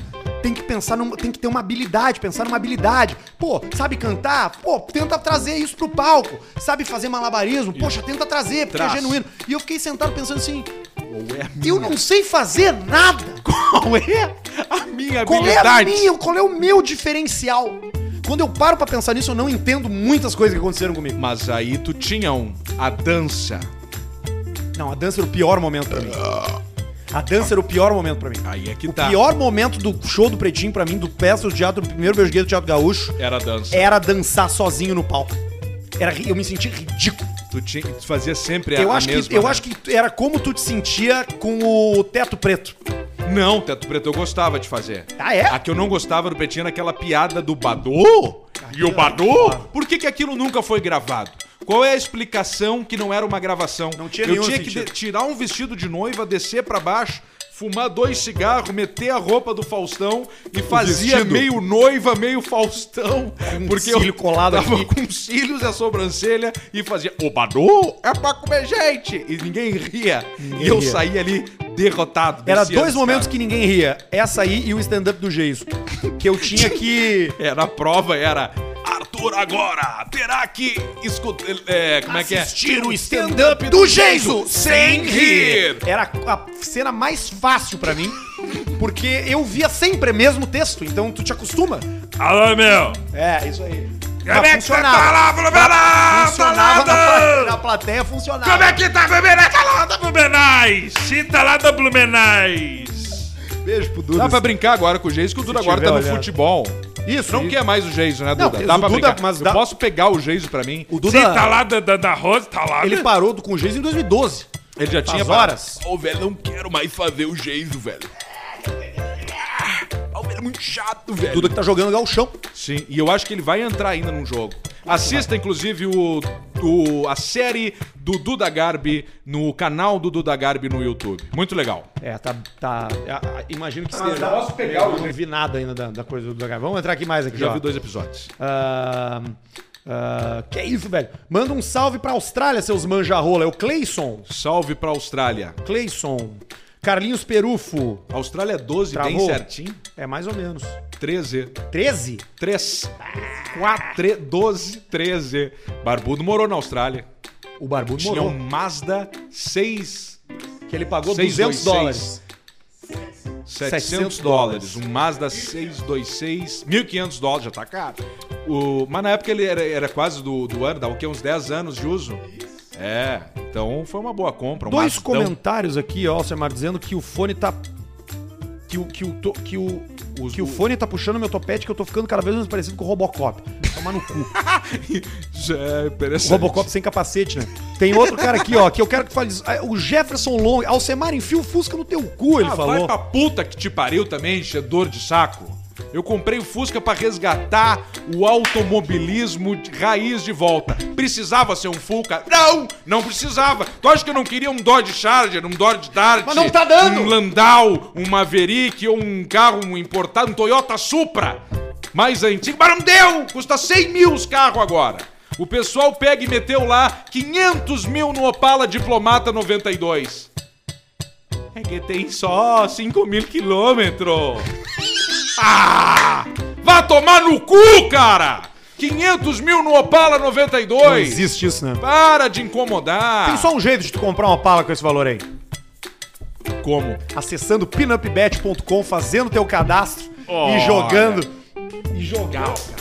D: tem que pensar, num, tem que ter uma habilidade, pensar numa habilidade. Pô, sabe cantar? Pô, tenta trazer isso pro palco. Sabe fazer malabarismo? Poxa, tenta trazer, porque
C: Traz.
D: é genuíno. E eu fiquei sentado pensando assim, eu não sei fazer nada.
C: Qual é a minha
D: Qual é a
C: habilidade?
D: minha? Qual é o meu diferencial? Quando eu paro pra pensar nisso, eu não entendo muitas coisas que aconteceram comigo.
C: Mas aí tu tinha um, a dança.
D: Não, a dança era o pior momento pra mim. A dança era o pior momento pra mim.
C: Aí é que
D: O
C: tá.
D: pior momento do show do Pretinho pra mim, do peça do teatro, do primeiro beijo gay do Teatro Gaúcho,
C: Era a dança.
D: era dançar sozinho no palco. Era, ri- eu me sentia ridículo.
C: Tu, tinha, tu fazia sempre
D: eu
C: a,
D: acho,
C: a mesma.
D: que, eu
C: né?
D: acho que era como tu te sentia com o teto preto.
C: Não, Teto Preto, eu gostava de fazer.
D: Ah, é?
C: A que eu não gostava do Pretinho era aquela piada do Badu.
D: Ah,
C: E o Badu? Por que, que aquilo nunca foi gravado? Qual é a explicação que não era uma gravação? Não
D: tinha
C: Eu
D: nenhum
C: tinha que de-
D: sentido.
C: tirar um vestido de noiva, descer pra baixo, fumar dois cigarros, meter a roupa do Faustão e fazia
D: vestido? um
C: meio noiva, meio Faustão. porque
D: cílio
C: eu
D: colado
C: tava
D: aqui.
C: com os cílios e a sobrancelha e fazia o Badu é pra comer gente. E ninguém ria. e eu
D: ria.
C: saía ali derrotado.
D: Era
C: descia
D: dois
C: nas
D: momentos
C: escadas.
D: que ninguém ria. Essa aí e o stand-up do Geiso. Que eu tinha que.
C: Era a prova, era. Arthur agora terá que escutar. É, como é que é?
D: assistir o stand-up do Geiso sem
C: rir.
D: Era a cena mais fácil pra mim, porque eu via sempre o mesmo texto, então tu te acostuma.
C: Alô, meu!
D: É, isso aí.
C: Como é que você tá lá, Fluminense?
D: Funcionava na, pla- na
C: Salada!
D: plateia, funcionava.
C: Como é que tá, Fluminense? Salada, Fluminense! Cita lá tá da Fluminense!
D: Beijo pro Duda.
C: Dá pra brincar agora com o Geiso, que o Duda
D: Se
C: agora tá no
D: tiver olhando.
C: futebol.
D: Isso,
C: Não
D: isso.
C: quer mais o Geiso, né,
D: Não,
C: Duda?
D: mas
C: dá
D: o
C: pra
D: Duda-
C: brincar.
D: mas
C: Eu
D: dá-
C: posso pegar o Geiso pra mim?
D: O Duda-
C: Cita lá da, da, da Rosa, tá lá.
D: Ele
C: né?
D: parou do- com o Geiso em 2012.
C: Ele já tinha
D: As horas.
C: Ô, velho, não quero mais fazer o Geiso, velho. Ô, velho, é muito chato, velho.
D: Duda que tá jogando galchão.
C: Sim, e eu acho que ele vai entrar ainda num jogo. Assista, inclusive, o, o- a série do Duda Garbi no canal do Duda Garbi no YouTube. Muito legal.
D: É, tá. tá a- a- imagino que esteja. Posso pegar eu não vi nada ainda da, da coisa do Duda. Vamos entrar aqui mais aqui,
C: Já
D: ó.
C: vi dois episódios.
D: Ah, ah, que isso, velho? Manda um salve pra Austrália, seus manjarrola. É o Cleison.
C: Salve pra Austrália.
D: Cleison. Carlinhos Perufo.
C: Austrália 12, bem
D: Travou?
C: certinho.
D: É mais ou menos.
C: 13.
D: 13?
C: 3. 4, 12, 13. Barbudo morou na Austrália.
D: O Barbudo
C: Tinha
D: morou.
C: um Mazda 6.
D: Que ele pagou
C: 626.
D: 200 dólares.
C: 700 dólares. Um Mazda 626, 1.500 dólares, já tá caro. O, mas na época ele era, era quase do, do ano, dava o quê? Uns 10 anos de uso. É, então foi uma boa compra. Um
D: Dois
C: Mazdão.
D: comentários aqui, ó, Alcemar, dizendo que o fone tá... Que o, que, o, to- que, o,
C: Os
D: que o
C: do-
D: fone tá puxando meu topete que eu tô ficando cada vez mais parecido com o Robocop. Tomar no cu.
C: Isso é
D: O
C: interessante.
D: Robocop sem capacete, né? Tem outro cara aqui, ó, que eu quero que fale. isso. Ah, O Jefferson Long. Alcemar, enfia o Fusca no teu cu, ele
C: ah, vai
D: falou.
C: pra puta que te pariu também, enchedor de saco. Eu comprei o Fusca pra resgatar o automobilismo de raiz de volta. Precisava ser um Fusca? Não, não precisava. Tu acha que eu não queria um Dodge Charger, um Dodge Dart?
D: Mas não tá dando.
C: Um Landau, um Maverick ou um carro importado, um Toyota Supra. Mais antigo, mas não deu! Custa 100 mil os carros agora. O pessoal pega e meteu lá 500 mil no Opala Diplomata 92. É que tem só 5 mil quilômetros. Ah! Vá tomar no cu, cara! 500 mil no Opala 92.
D: Não existe isso, né?
C: Para de incomodar.
D: Tem só um jeito de tu comprar uma pala com esse valor aí.
C: Como?
D: acessando pinupbet.com, fazendo teu cadastro e jogando. E jogando.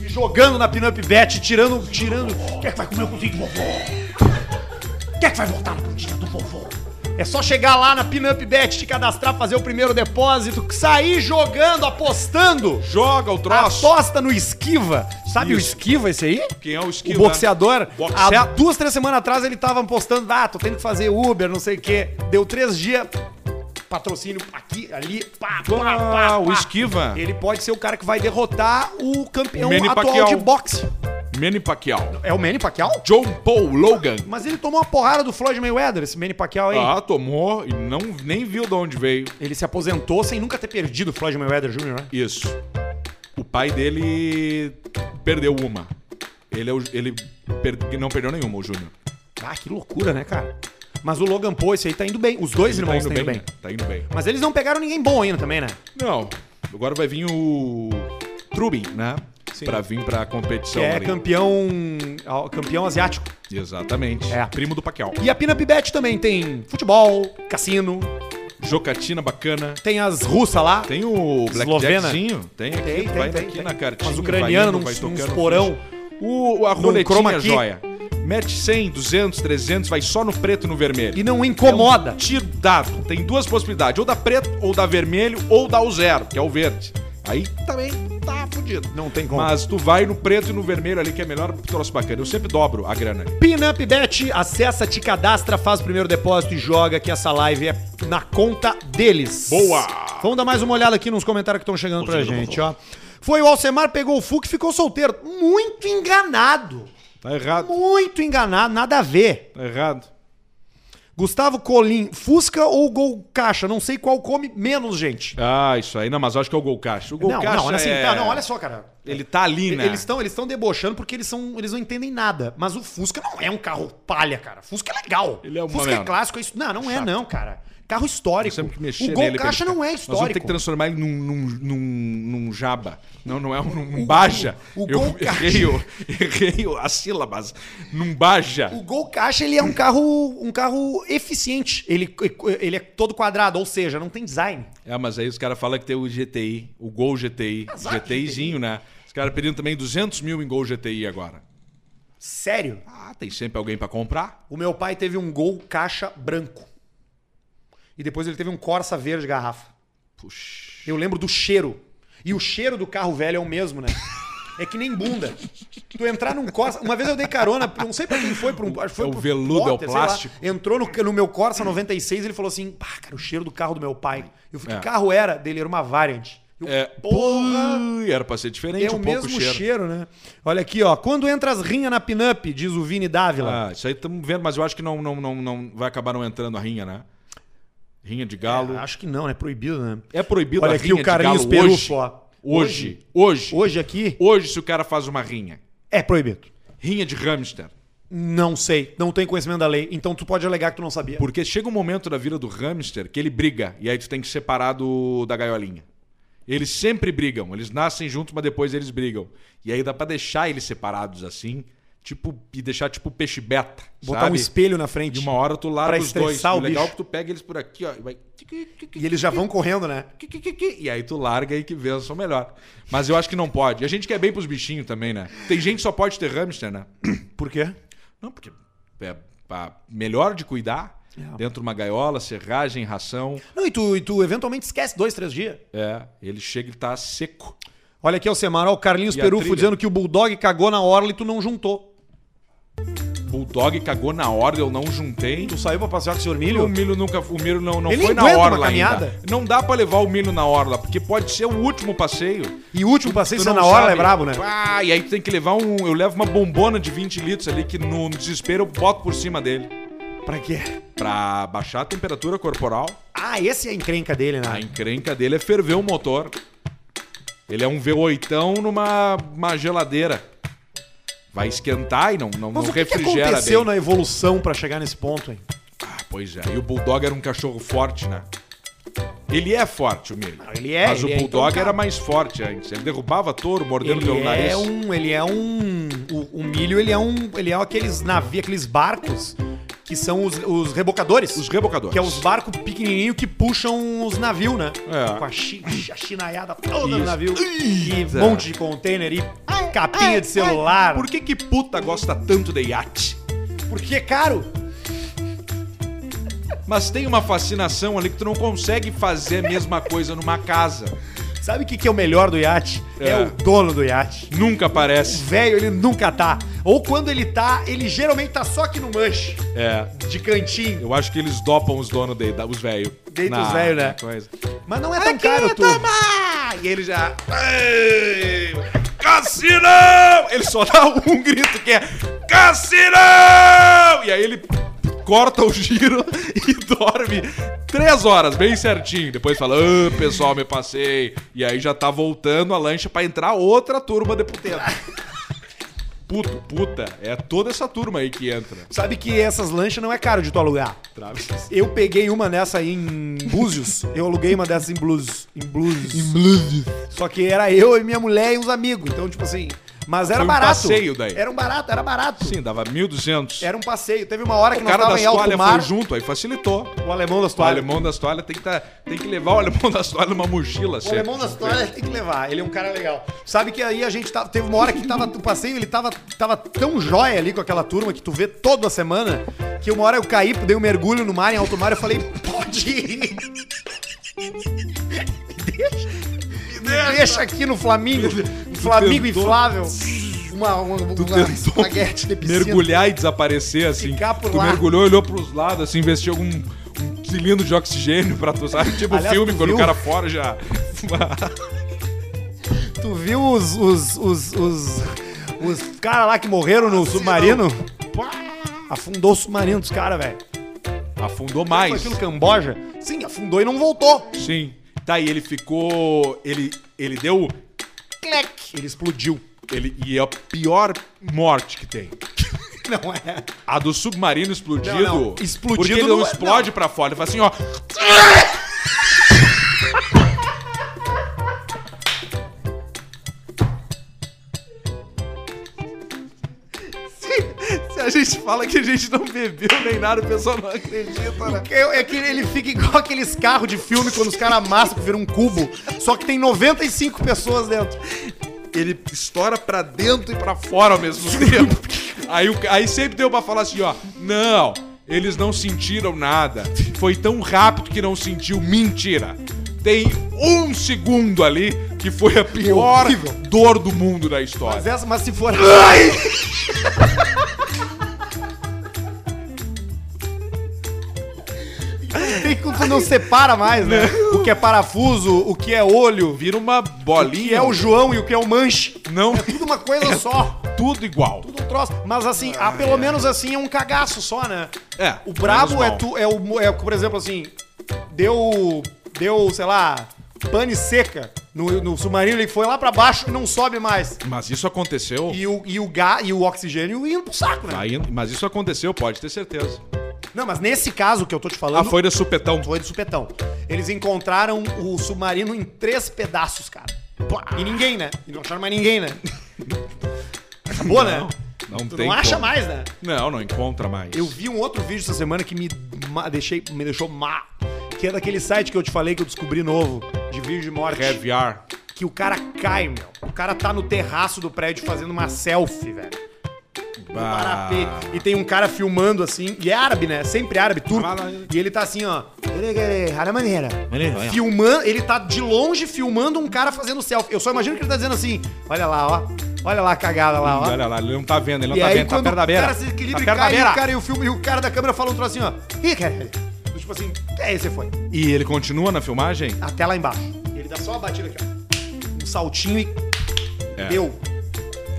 D: E jogando na Pinupbet, tirando. tirando. Quem é que vai comer o cozinho do vovô? Quem é que vai voltar na cozinha do vovô? É só chegar lá na Pinupbet, te cadastrar, fazer o primeiro depósito, sair jogando, apostando.
C: Joga
D: Ah,
C: o troço.
D: Aposta no esquiva. Sabe o
C: Isso.
D: esquiva esse aí? é
C: Quem é o
D: O
C: esquilo?
D: boxeador,
C: Boxe-
D: há duas, três semanas atrás ele tava postando, ah, tô tendo que fazer Uber, não sei o quê. Deu três dias, patrocínio aqui, ali, pá, pá, pá,
C: Ah, o
D: pá.
C: esquiva.
D: Ele pode ser o cara que vai derrotar o campeão
C: O Manny
D: atual
C: Pacquiao.
D: é um de boxe.
C: Manny Pacquiao.
D: É o Manny Pacquiao?
C: John Paul Logan.
D: Mas ele tomou uma porrada do Floyd Mayweather, esse Manny Pacquiao aí.
C: Ah, tomou e não, nem viu de onde veio.
D: Ele se aposentou sem nunca ter perdido o Floyd Mayweather Jr., né?
C: Isso. O pai dele perdeu uma. Ele, é o- ele per- não perdeu nenhuma, o Júnior.
D: Ah, que loucura, né, cara? Mas o Logan Paul, esse aí tá indo bem. Os dois
C: Ele
D: irmãos estão indo bem.
C: né? Tá indo bem.
D: Mas eles não pegaram ninguém bom ainda também, né?
C: Não, agora vai vir o Trubin, né? Pra vir pra competição.
D: Que é
C: ali.
D: campeão, campeão asiático.
C: Exatamente.
D: É.
C: Primo do Pacquiao.
D: E a Pinup Bet também tem futebol, cassino,
C: Jocatina bacana.
D: tem as russas lá.
C: Tem o
D: Eslovena.
C: Blackjackzinho. Tem aqui,
D: Tem,
C: tu
D: tem,
C: vai
D: tem,
C: aqui
D: tem.
C: na cartinha.
D: Mas ucraniano
C: vai
D: num-
C: vai
D: num
C: tocando
D: esporão.
C: O, a
D: chroma
C: roletinha
D: key.
C: joia. Mete 100, 200, 300, vai só no preto e no vermelho.
D: E não incomoda.
C: É um tiro dado. Tem duas possibilidades. Ou dá preto, ou dá vermelho, ou dá o zero, que é o verde. Aí também tá fudido.
D: Não tem como.
C: Mas tu vai no preto e no vermelho ali, que é melhor troço bacana. Eu sempre dobro a grana.
D: Pinup Bet, acessa, te cadastra, faz o primeiro depósito e joga que essa live é na conta deles.
C: Boa!
D: Vamos dar mais uma olhada aqui nos comentários que estão chegando pra gente, ó. Foi o Alcemar, pegou o Fuc e ficou solteiro. Muito enganado.
C: Tá errado.
D: Muito enganado, nada a ver.
C: Tá errado.
D: Gustavo Colim, Fusca ou Gol Caixa? Não sei qual come menos, gente.
C: Ah, isso aí. Não, mas eu acho que é o Gol Caixa. O Gol
D: não,
C: Caixa
D: não, olha assim,
C: é...
D: tá, não, olha só, cara.
C: Ele tá ali, né?
D: Eles estão eles tão debochando porque eles, são, eles não entendem nada. Mas o Fusca não é um carro palha, cara. Fusca é legal.
C: Ele é uma
D: Fusca
C: merda.
D: é clássico. É isso. Não, não é não, cara. Carro histórico.
C: Sempre que mexer
D: o Gol
C: nele pra
D: Caixa
C: ele ficar-
D: não é
C: Nós vamos ter
D: histórico.
C: que transformar ele num, num, num, num jaba. Não, não é um, num baja.
D: o
C: eu
D: Gol Caixa-
C: errei, o- errei o- as sílabas. Num baja.
D: O Gol Caixa ele é um carro, um carro eficiente. Ele, ele é todo quadrado, ou seja, não tem design.
C: É, mas aí os caras falam que tem o GTI, o Gol GTI. GTIzinho, né? Os caras pedindo também 200 mil em Gol GTI agora.
D: Sério.
C: Ah, tem sempre alguém pra comprar.
D: O meu pai teve um Gol Caixa branco. E depois ele teve um Corsa verde garrafa.
C: Puxa.
D: Eu lembro do cheiro. E o cheiro do carro velho é o mesmo, né? É que nem bunda. Tu entrar num Corsa. Uma vez eu dei carona, pra- não sei pra quem foi, pra um. acho que foi
C: É o
D: pro
C: veludo, é o
D: sei lá.
C: plástico.
D: Entrou no, no meu Corsa 96 e ele falou assim: pá, cara, o cheiro do carro do meu pai. Eu falei:
C: É.
D: que carro era? Dele era uma Variant. Eu,
C: É,
D: porra!
C: pô, era pra ser diferente
D: É o
C: um pouco
D: mesmo
C: o
D: cheiro.
C: cheiro.
D: né? Olha aqui, ó. Quando entra as rinhas na pinup, diz o Vini Dávila.
C: Ah, isso aí estamos vendo, mas eu acho que não, não, não, não vai acabar não entrando a rinha, né? Rinha de galo.
D: Acho que não, né? Proibido, né?
C: É proibido
D: Olha
C: a
D: aqui
C: rinha
D: o Carlinhos
C: de galo hoje.
D: Perufo, ó.
C: Hoje, hoje, hoje,
D: Hoje aqui
C: se o cara faz uma rinha.
D: é proibido.
C: Rinha de hamster.
D: Não sei, não tenho conhecimento da lei. Então tu pode alegar que tu não sabia.
C: Porque chega um momento da vida do hamster que ele briga e aí tu tem que separar do, da gaiolinha. Eles sempre brigam, eles nascem juntos, mas depois eles brigam. E aí dá pra deixar eles separados assim, tipo e deixar tipo peixe beta,
D: Botar
C: sabe?
D: um espelho na
C: De
D: frente.
C: uma hora tu larga
D: Pra
C: os dois.
D: estressar
C: O
D: o
C: legal é
D: bicho.
C: que tu pega eles por aqui, ó, e vai
D: E eles já vão correndo, né?
C: Que, que, que, que. E aí tu larga e que vençam melhor. Mas eu acho que não pode. E a gente quer bem pros bichinhos também, né? Tem gente que só pode ter hamster, né?
D: Por quê?
C: Não, porque é pá, melhor de cuidar.
D: É.
C: Dentro de uma gaiola, serragem, ração.
D: Não, e tu, e tu eventualmente esquece dois, três dias.
C: É, ele chega e tá seco.
D: Olha aqui, Alcemar, ó, o Carlinhos
C: E a
D: Perufo
C: trilha?
D: dizendo que o Bulldog cagou na orla e tu não juntou.
C: Bulldog cagou na hora, eu não juntei.
D: Tu saiu pra passear com o senhor
C: O
D: Milho?
C: milho nunca. O milho não, não
D: Ele
C: foi na
D: aguenta uma
C: orla ainda.
D: caminhada?
C: Não dá pra levar o milho na orla, porque pode ser o último passeio.
D: E o último passeio
C: Tu
D: ser
C: não
D: na orla
C: sabe.
D: é brabo, né?
C: Ah, e aí tu tem que levar um. Eu levo uma bombona de 20 litros ali que no, no desespero eu boto por cima dele.
D: Pra quê?
C: Pra baixar a temperatura corporal.
D: Ah, esse é a encrenca dele,
C: A
D: né?
C: encrenca dele é ferver o motor. Ele é um V8 numa uma geladeira. Vai esquentar e não, não,
D: Mas
C: não
D: o que, que
C: refrigera
D: aconteceu né?
C: bem.
D: na evolução pra chegar nesse ponto, hein?
C: Ah, pois é. E o Bulldog era um cachorro forte, né? Ele é forte, o Miri.
D: ele é,
C: Mas
D: ele é
C: o Bulldog
D: introcável.
C: era mais forte antes. Ele derrubava touro, mordendo
D: Ele
C: pelo nariz.
D: é um, ele é um, o, o milho ele é um, ele é aqueles navios, aqueles barcos que são os, os rebocadores.
C: Os rebocadores.
D: Que é os barcos pequenininhos que puxam os navios, né?
C: É.
D: Com a, chi a chinaiada toda
C: Isso.
D: no navio. E um monte de container e capinha de celular.
C: Por que que puta gosta tanto de iate?
D: Porque é caro.
C: Mas tem uma fascinação ali que tu não consegue fazer a mesma coisa numa casa.
D: Sabe o que, que é o melhor do iate? É.
C: É.
D: o dono do iate.
C: Nunca
D: O
C: aparece.
D: velho, ele nunca tá. Ou quando ele tá, ele geralmente tá só aqui no manche,
C: É.
D: de cantinho.
C: Eu acho que eles dopam os donos de, da- os velhos.
D: Deita os
C: Na-
D: velhos, né?
C: na coisa.
D: Mas não é tão caro, tu.
C: Ah, e ele já. Ei, Cassinão! Ele só dá um grito que é Cassinão! E aí ele corta o giro e dorme três horas, bem certinho. Depois fala, "Ah, pessoal, me passei. E aí já tá voltando a lancha pra entrar outra turma de puteiro. Puto, puta, é toda essa turma aí que entra.
D: Sabe que essas lanchas não é caro de tu alugar.
C: Traves.
D: Eu peguei uma dessa aí em Búzios. Eu aluguei uma dessas em Búzios. Em Búzios. Só que era eu e minha mulher e uns amigos. Então, tipo assim... Mas era
C: Foi um
D: barato.
C: passeio daí.
D: Era um barato, era barato.
C: Sim, dava 1.200.
D: Era um passeio. Teve uma hora que
C: o
D: nós
C: cara
D: tava
C: das
D: em alto
C: toalhas
D: mar.
C: foi junto, aí facilitou.
D: O alemão das
C: O
D: toalhas.
C: alemão das toalhas tem que, tá, tem que levar o alemão das toalhas numa mochila. assim.
D: O alemão das toalhas tem que levar, ele é um cara legal. Sabe que aí a gente tava, teve uma hora que tava o passeio, ele tava, tava tão jóia ali com aquela turma que tu vê toda semana, que uma hora eu caí, dei um mergulho no mar, em alto mar, eu falei, pode ir. Me deixa, me deixa um aqui no Flamingo, um Flamingo
C: tentou-
D: inflável. Uma, uma, uma,
C: tentou
D: espaguete de piscina.
C: Mergulhar e desaparecer, assim.
D: Ficar por
C: tu
D: lá.
C: mergulhou, olhou pros lados, assim, investiu algum um cilindro de oxigênio pra tu, sabe? Tipo
D: Aliás,
C: filme,
D: tu
C: quando
D: viu?
C: o cara fora já...
D: Tu viu os, os, os, os, os caras lá que morreram no submarino? Afundou o submarino dos caras, velho.
C: Afundou
D: Foi
C: mais.
D: aquilo Camboja? Sim, afundou e não voltou.
C: Sim. Tá, e ele ficou... Ele, ele deu...
D: Ele explodiu.
C: Ele, e é a pior morte que tem.
D: Não é.
C: A do submarino explodido.
D: Não, não. Explodido
C: Porque ele não
D: não é-
C: explode pra fora. Ele faz assim, ó. Se, se a gente fala que a gente não bebeu nem nada, o pessoal não acredita, né?
D: É, que ele fica igual aqueles carros de filme quando os caras amassam que vira um cubo. Só que tem 95 pessoas dentro.
C: Ele estoura pra dentro e pra fora ao mesmo tempo. Aí, o ca- aí sempre deu pra falar assim, ó. Não, eles não sentiram nada. Foi tão rápido que não sentiu. Mentira. Tem um segundo ali que foi a pior
D: horrível.
C: dor do mundo da
D: Mas, é-
C: história.
D: essa, mas se for. Tem que tu não separa mais, né? O que é parafuso, o que é olho,
C: Vira uma
D: o
C: bolinha.
D: que é o João e o que é o manche.
C: Não,
D: É tudo uma coisa só.
C: tudo igual.
D: Tudo um troço. Mas assim, ah, pelo menos assim é um cagaço só, né?
C: É,
D: O brabo
C: menos
D: é
C: mal.
D: tu. É o, é, por exemplo, assim, deu. Deu, sei lá, pane seca no, no submarino, ele foi lá pra baixo e não sobe mais.
C: Mas isso aconteceu.
D: E o, e o gás e o oxigênio indo pro saco, né?
C: Aí- mas isso aconteceu, pode ter certeza.
D: Não, mas nesse caso que eu tô te falando.
C: Ah, foi da supetão.
D: foi do supetão. Eles encontraram o submarino em três pedaços, cara. Pá, E ninguém, né? E não acharam mais ninguém, né? Acabou, né?
C: Não
D: tu
C: tem
D: não acha
C: como.
D: mais, né?
C: Não, não encontra mais.
D: Eu vi um outro vídeo essa semana que me, ma- deixei, me deixou má. Que é daquele site que eu te falei que eu descobri novo, de vídeo de morte.
C: Caviar.
D: Que o cara cai, meu. O cara tá no terraço do prédio fazendo uma selfie, velho. No
C: Bah.
D: parapê. E tem um cara filmando assim, e é árabe, né? Sempre árabe, turco.
C: Vai lá, hein?
D: E ele tá assim, ó. Rara maneira.
H: Maneiro, olha.
D: Filmando, ele tá de longe filmando um cara fazendo selfie. Eu só imagino que ele tá dizendo assim: olha lá, ó. Olha lá a cagada lá, ó.
C: Olha lá, ele não tá vendo, ele não
D: E
C: tá
D: aí,
C: vendo, tá
D: quando
C: perto da
D: o
C: beira.
D: cara se equilibra
C: tá
D: e
C: perto da
D: cai,
C: beira.
D: o cara, e, o filme, e o cara da câmera fala um troço assim, ó. Ih, cara. Tipo assim, é esse foi.
C: E ele continua na filmagem?
D: Até lá embaixo. E ele dá só uma batida aqui, ó. Um saltinho e.
C: É.
D: Deu.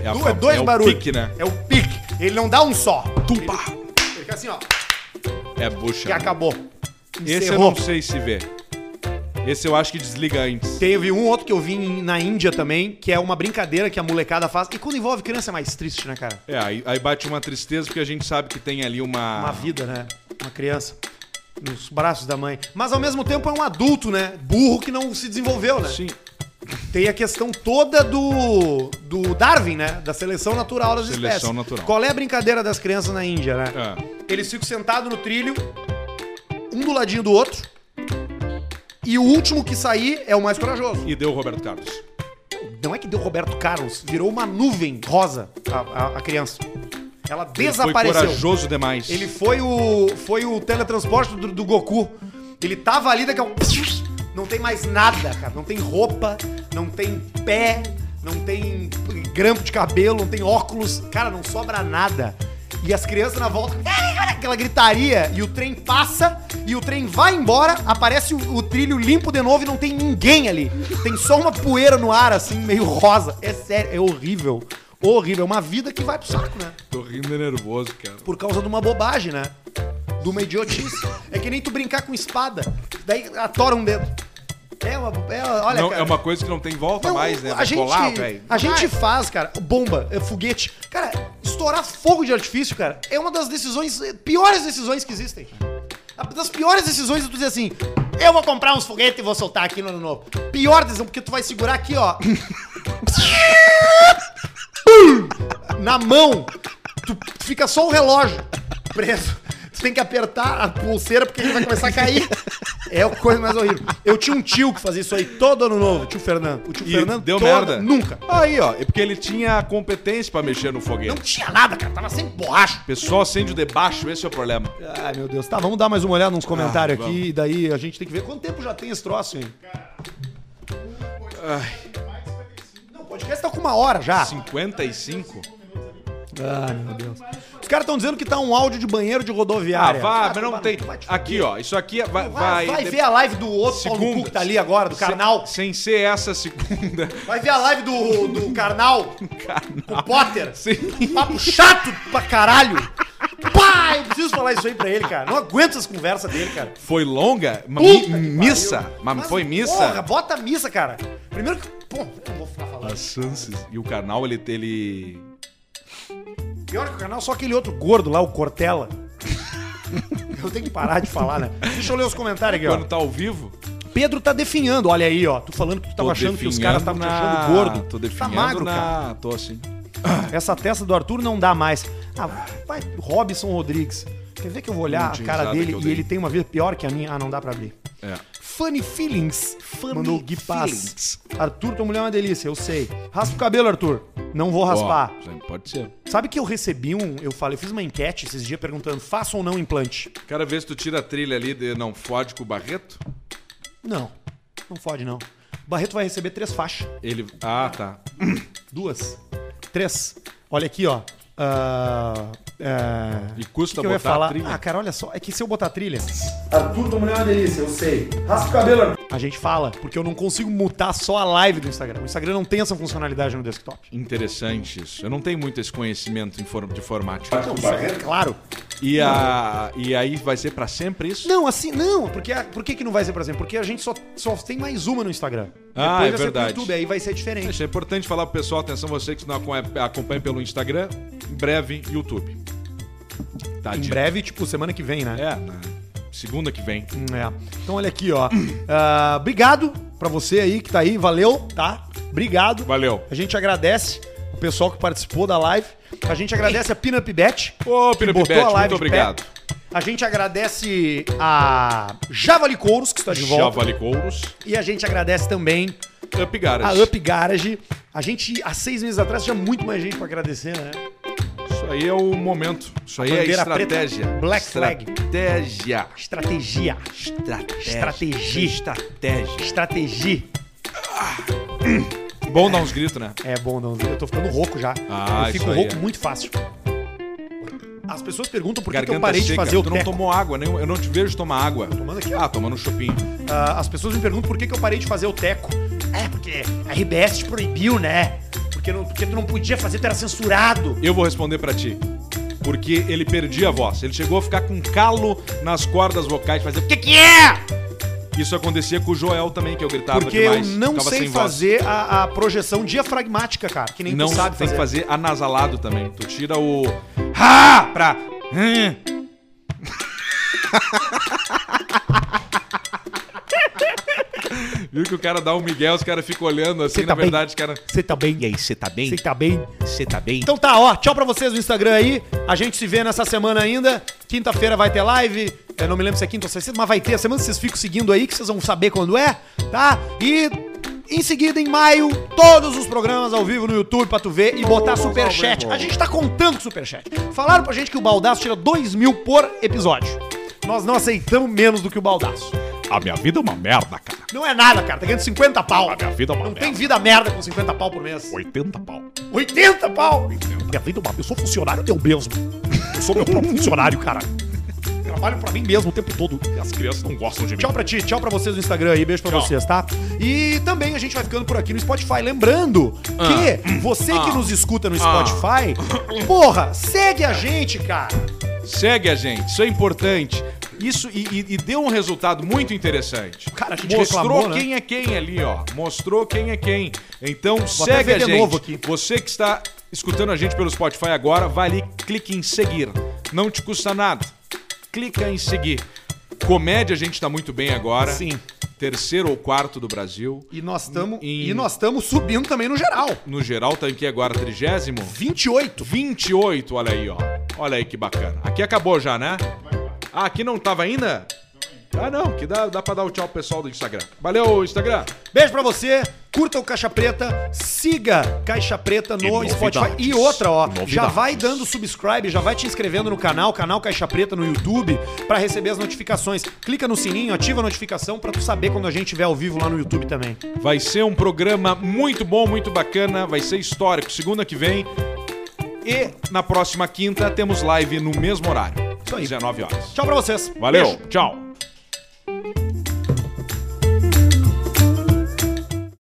C: É a
D: Du-
C: fam-
D: dois
C: é o
D: barulhos.
C: pique, né?
D: É o pique. Ele não dá um só.
C: Tumba!
D: Ele fica assim, ó.
C: É bucha.
D: E acabou.
C: Esse eu não sei se vê. Esse eu acho que desliga antes.
D: Teve um outro que eu vi em- na Índia também, que é uma brincadeira que a molecada faz. E quando envolve criança é mais triste, né, cara?
C: É, aí, aí bate uma tristeza porque a gente sabe que tem ali uma.
D: Uma vida, né? Uma criança. Nos braços da mãe. Mas ao mesmo tempo é um adulto, né? Burro que não se desenvolveu, né?
C: Sim.
D: Tem a questão toda do, do Darwin, né? Da seleção natural das
C: Seleção
D: espécies.
C: natural.
D: Qual é a brincadeira das crianças na Índia, né?
C: É.
D: Eles ficam sentados no trilho, um do ladinho do outro, e o último que sair é o mais corajoso.
C: E deu o Roberto Carlos.
D: Não é que deu Roberto Carlos, virou uma nuvem rosa a, a- a criança. Ela desapareceu.
C: Foi corajoso demais.
D: Ele foi o foi o teletransporte do, do Goku. Ele tava ali daqui a um... Não tem mais nada, cara. Não tem roupa, não tem pé, não tem grampo de cabelo, não tem óculos. Cara, não sobra nada. E as crianças na volta, aquela gritaria, e o trem passa, e o trem vai embora, aparece o, o trilho limpo de novo e não tem ninguém ali. Tem só uma poeira no ar, assim, meio rosa. É sério, é horrível. Horrível. É uma vida que vai pro saco, né?
C: Tô rindo nervoso, cara.
D: por causa de uma bobagem, né? De uma idiotice. É que nem tu brincar com espada. Daí atora um dedo. É uma. É, olha,
C: Não,
D: cara.
C: é uma coisa que não tem volta
D: Não,
C: mais, né?
D: Então, A
C: Vai
D: gente,
C: colar, velho.
D: a gente faz, cara, bomba, é, foguete. Cara, estourar fogo de artifício, cara, é uma das decisões, é, piores decisões que existem. A- Das piores decisões é tu dizer assim, eu vou comprar uns foguetes e vou soltar aqui no ano novo. Pior decisão, porque tu vai segurar aqui, ó. na mão. Tu fica só o relógio preso. Tu tem que apertar a pulseira porque ele vai começar a cair. É a coisa mais horrível. Eu tinha um tio que fazia isso aí todo ano novo, o tio Fernando. O tio
C: E
D: Fernando
C: deu
D: todo-
C: merda?
D: Nunca.
C: Aí, ó, é porque ele tinha a competência pra mexer no foguete.
D: Não tinha nada, cara. Tava sempre borracha.
C: O pessoal acende o debaixo, esse é o problema.
D: Ai, meu Deus. Tá, vamos dar mais uma olhada nos comentários
C: Ah,
D: aqui.
C: vamos.
D: E daí a gente tem que ver quanto tempo já tem esse troço, hein? Não, o podcast tá com uma hora já.
C: 55?
D: Ai, meu Deus. Os caras estão dizendo que tá um áudio de banheiro de
C: Ah,
D: rodoviária.
C: vá,
D: Ah,
C: mas não
D: vai-
C: tem.
D: vai te
C: Aqui, ó, isso aqui é- vai.
D: Vai,
C: vai,
D: vai ver a live do outro Paulo no
C: Segunda.
D: cu que tá ali agora, do Carnal.
C: Sem, sem ser essa segunda.
D: Vai ver a live do, do Carnal com o Potter.
C: Sim.
D: Papo chato pra caralho. Pá, eu preciso falar isso aí pra ele, cara. Não aguento essas conversas dele, cara.
C: Foi longa? Mas
D: Puta
C: mi-
D: que pariu.
C: missa? Mas, foi missa?
D: Porra, bota missa, cara. Primeiro que... Pô, eu não vou ficar falando.
C: As chances. E o canal, ele. ele...
D: Pior que o canal, só aquele outro gordo lá, o Cortella. Eu tenho que parar de falar, né? Deixa eu ler os comentários aqui, ó.
C: Quando tá ao vivo.
D: Pedro tá definhando, olha aí, ó. Tu falando que tu tava
C: tô
D: achando que os
C: definhando
D: caras estavam te achando
C: na-
D: gordo.
C: Tô
D: tá
C: definindo
D: magro,
C: na...
D: cara.
C: Tô assim.
D: Essa testa do Arthur não dá mais. Ah, vai, Robson Rodrigues. Quer ver que eu vou olhar
C: Não
D: a
C: tinha
D: cara
C: risada
D: dele
C: que eu
D: e
C: dei.
D: ele tem uma vida pior que a minha? Ah, não dá pra abrir.
C: É.
D: Funny Feelings. Funny Mandou Gui Paz. Arthur, tua mulher é uma delícia, eu sei. Raspa o cabelo, Arthur. Não vou raspar.
C: Ó, já pode ser.
D: Sabe que eu recebi um. Eu falei, eu fiz uma enquete esses dias perguntando: faça ou não implante?
C: Cara, vê se tu tira a trilha ali de não fode com o Barreto.
D: Não. Não fode, não. O Barreto vai receber três faixas.
C: Ele. Ah, tá.
D: Duas. Três. Olha aqui, ó. Ah, ah,
C: E custa
D: que que eu ia
C: botar a
D: falar?
C: trilha?
D: Ah, cara, olha só. É que se eu botar a trilha. Arthur da Mulher é uma delícia, eu sei. Raspa o cabelo. A gente fala, porque eu não consigo mutar só a live do Instagram. O Instagram não tem essa funcionalidade no desktop.
C: Interessante isso. Eu não tenho muito esse conhecimento em form- de informática.
D: Tá Claro.
C: E, a... e aí vai ser pra sempre isso?
D: Não, assim, não. Porque a- por que, que não vai ser, por exemplo? Porque a gente só, só tem mais uma no Instagram.
C: Ah, é
D: vai ser pro
C: verdade.
D: YouTube, aí vai ser diferente.
C: Isso é importante falar pro pessoal, atenção você que não acompanha- acompanha pelo Instagram, em breve YouTube. Tá
D: Em
C: dito.
D: breve, tipo, semana que vem, né?
C: É, na segunda que vem.
D: É. Então olha aqui, ó. Ah, obrigado pra você aí que tá aí, valeu, tá? Obrigado.
C: Valeu.
D: A gente agradece o pessoal que participou da live. A gente agradece a Pinup Bet.
C: Ô,
D: que
C: Pinup
D: botou
C: Bet,
D: a live
C: muito
D: de pé.
C: obrigado.
D: A gente agradece a Javali Couros, que está de volta.
C: Já vale couros.
D: E a gente agradece também
C: Up Garage.
D: a Ah, Up Garage. A gente, há seis meses atrás, tinha muito mais gente pra agradecer, né?
C: Isso aí é o momento. Isso aí é
D: bandeira
C: estratégia.
D: preta, black flag.
C: Estratégia.
D: Estratégia.
C: Estratégia.
D: Estratégia.
C: Estratégia.
D: Estratégia.
C: Bom dar uns gritos, né?
D: É bom, não. Eu tô ficando rouco já.
C: Ah,
D: eu fico
C: isso aí
D: rouco
C: é.
D: muito fácil. As pessoas perguntam por que, que
C: Garganta
D: eu parei
C: seca.
D: de fazer o
C: Tu não
D: teco.
C: tomou água, nem eu não te vejo tomar água.
D: tomando aqui, ó.
C: Ah, tomando um chopinho.
D: Ah, as pessoas me perguntam por que, que eu parei de fazer o teco. É, porque a RBS te proibiu, né? Porque, não, porque tu não podia fazer, tu era censurado.
C: Eu vou responder pra ti. Porque ele perdia a voz. Ele chegou a ficar com calo nas cordas vocais, fazer o que que é? Isso acontecia com o Joel também, que eu gritava
D: Porque
C: demais.
D: eu não
C: ficava
D: sei
C: sem voz.
D: fazer a, a projeção diafragmática, cara. Que nem
C: Não
D: tu sabe
C: tem
D: fazer.
C: que fazer anasalado também. Tu tira o ha pra hum. Viu que o cara dá um migué, os caras ficam olhando assim,
B: Você
C: na
B: tá bem?
C: verdade, os caras...
B: Você tá bem?
H: E aí, você tá bem?
B: Você tá bem?
H: Você tá bem?
D: Então tá, ó, tchau pra vocês no Instagram aí. A gente se vê nessa semana ainda. Quinta-feira vai ter live. Eu não me lembro se é quinta ou se é sexta, mas vai ter. A semana vocês ficam seguindo aí, que vocês vão saber quando é, tá? E em seguida, em maio, todos os programas ao vivo no YouTube pra tu ver e botar superchat. A gente tá contando com superchat. Falaram pra gente que o Baldaço tira 2 mil por episódio. Nós não aceitamos menos do que o Baldaço.
C: A minha vida é uma merda, cara.
D: Não é nada, cara. Tá ganhando 50 pau.
C: minha vida é uma
D: Não
C: merda.
D: tem vida merda com 50 pau por mês.
C: 80 pau.
D: 80 pau!
B: Minha vida é uma... Eu sou funcionário eu mesmo. Eu sou meu próprio funcionário, cara. Trabalho pra mim mesmo o tempo todo.
C: As crianças não gostam de mim.
D: Tchau pra ti, tchau pra vocês no Instagram aí, beijo pra vocês, tá? E também a gente vai ficando por aqui no Spotify. Lembrando
B: Ah.
D: que você
C: Ah.
D: que nos escuta no Spotify, porra, segue a gente, cara.
C: Segue a gente, isso é importante. Isso e, e- e deu um resultado muito interessante.
D: Cara, a gente
C: Mostrou
D: reclamou, né?
C: quem é quem ali, ó. Mostrou quem é quem. Então
D: até
C: segue
D: ver
C: a
D: de
C: gente.
D: novo aqui.
C: Você que está escutando a gente pelo Spotify agora, vai ali, clique em seguir. Não te custa nada. Clica em seguir. Comédia a gente tá muito bem agora.
D: Sim.
C: Terceiro ou quarto do Brasil.
D: E nós estamos
C: E-
D: e nós estamos subindo também no geral.
C: No geral tá aqui agora trigésimo.
D: 28.
C: 28, olha aí, ó. Olha aí que bacana. Aqui acabou já, né? Ah, aqui não tava ainda? Ah, não, que dá, dá pra dar o tchau pro pessoal do Instagram. Valeu, Instagram.
D: Beijo pra você. Curta o Caixa Preta, siga Caixa Preta no
H: E
D: Spotify.
H: novidades.
D: E outra, ó,
H: E
D: já
H: novidades.
D: vai dando subscribe, já vai te inscrevendo no canal, canal Caixa Preta no YouTube, pra receber as notificações. Clica no sininho, ativa a notificação pra tu saber quando a gente estiver ao vivo lá no YouTube também.
C: Vai ser um programa muito bom, muito bacana, vai ser histórico. Segunda que vem. E na próxima quinta temos live no mesmo horário.
D: Isso aí.
C: 19 horas.
D: Tchau pra vocês.
C: Valeu,
D: Beijo.
C: tchau.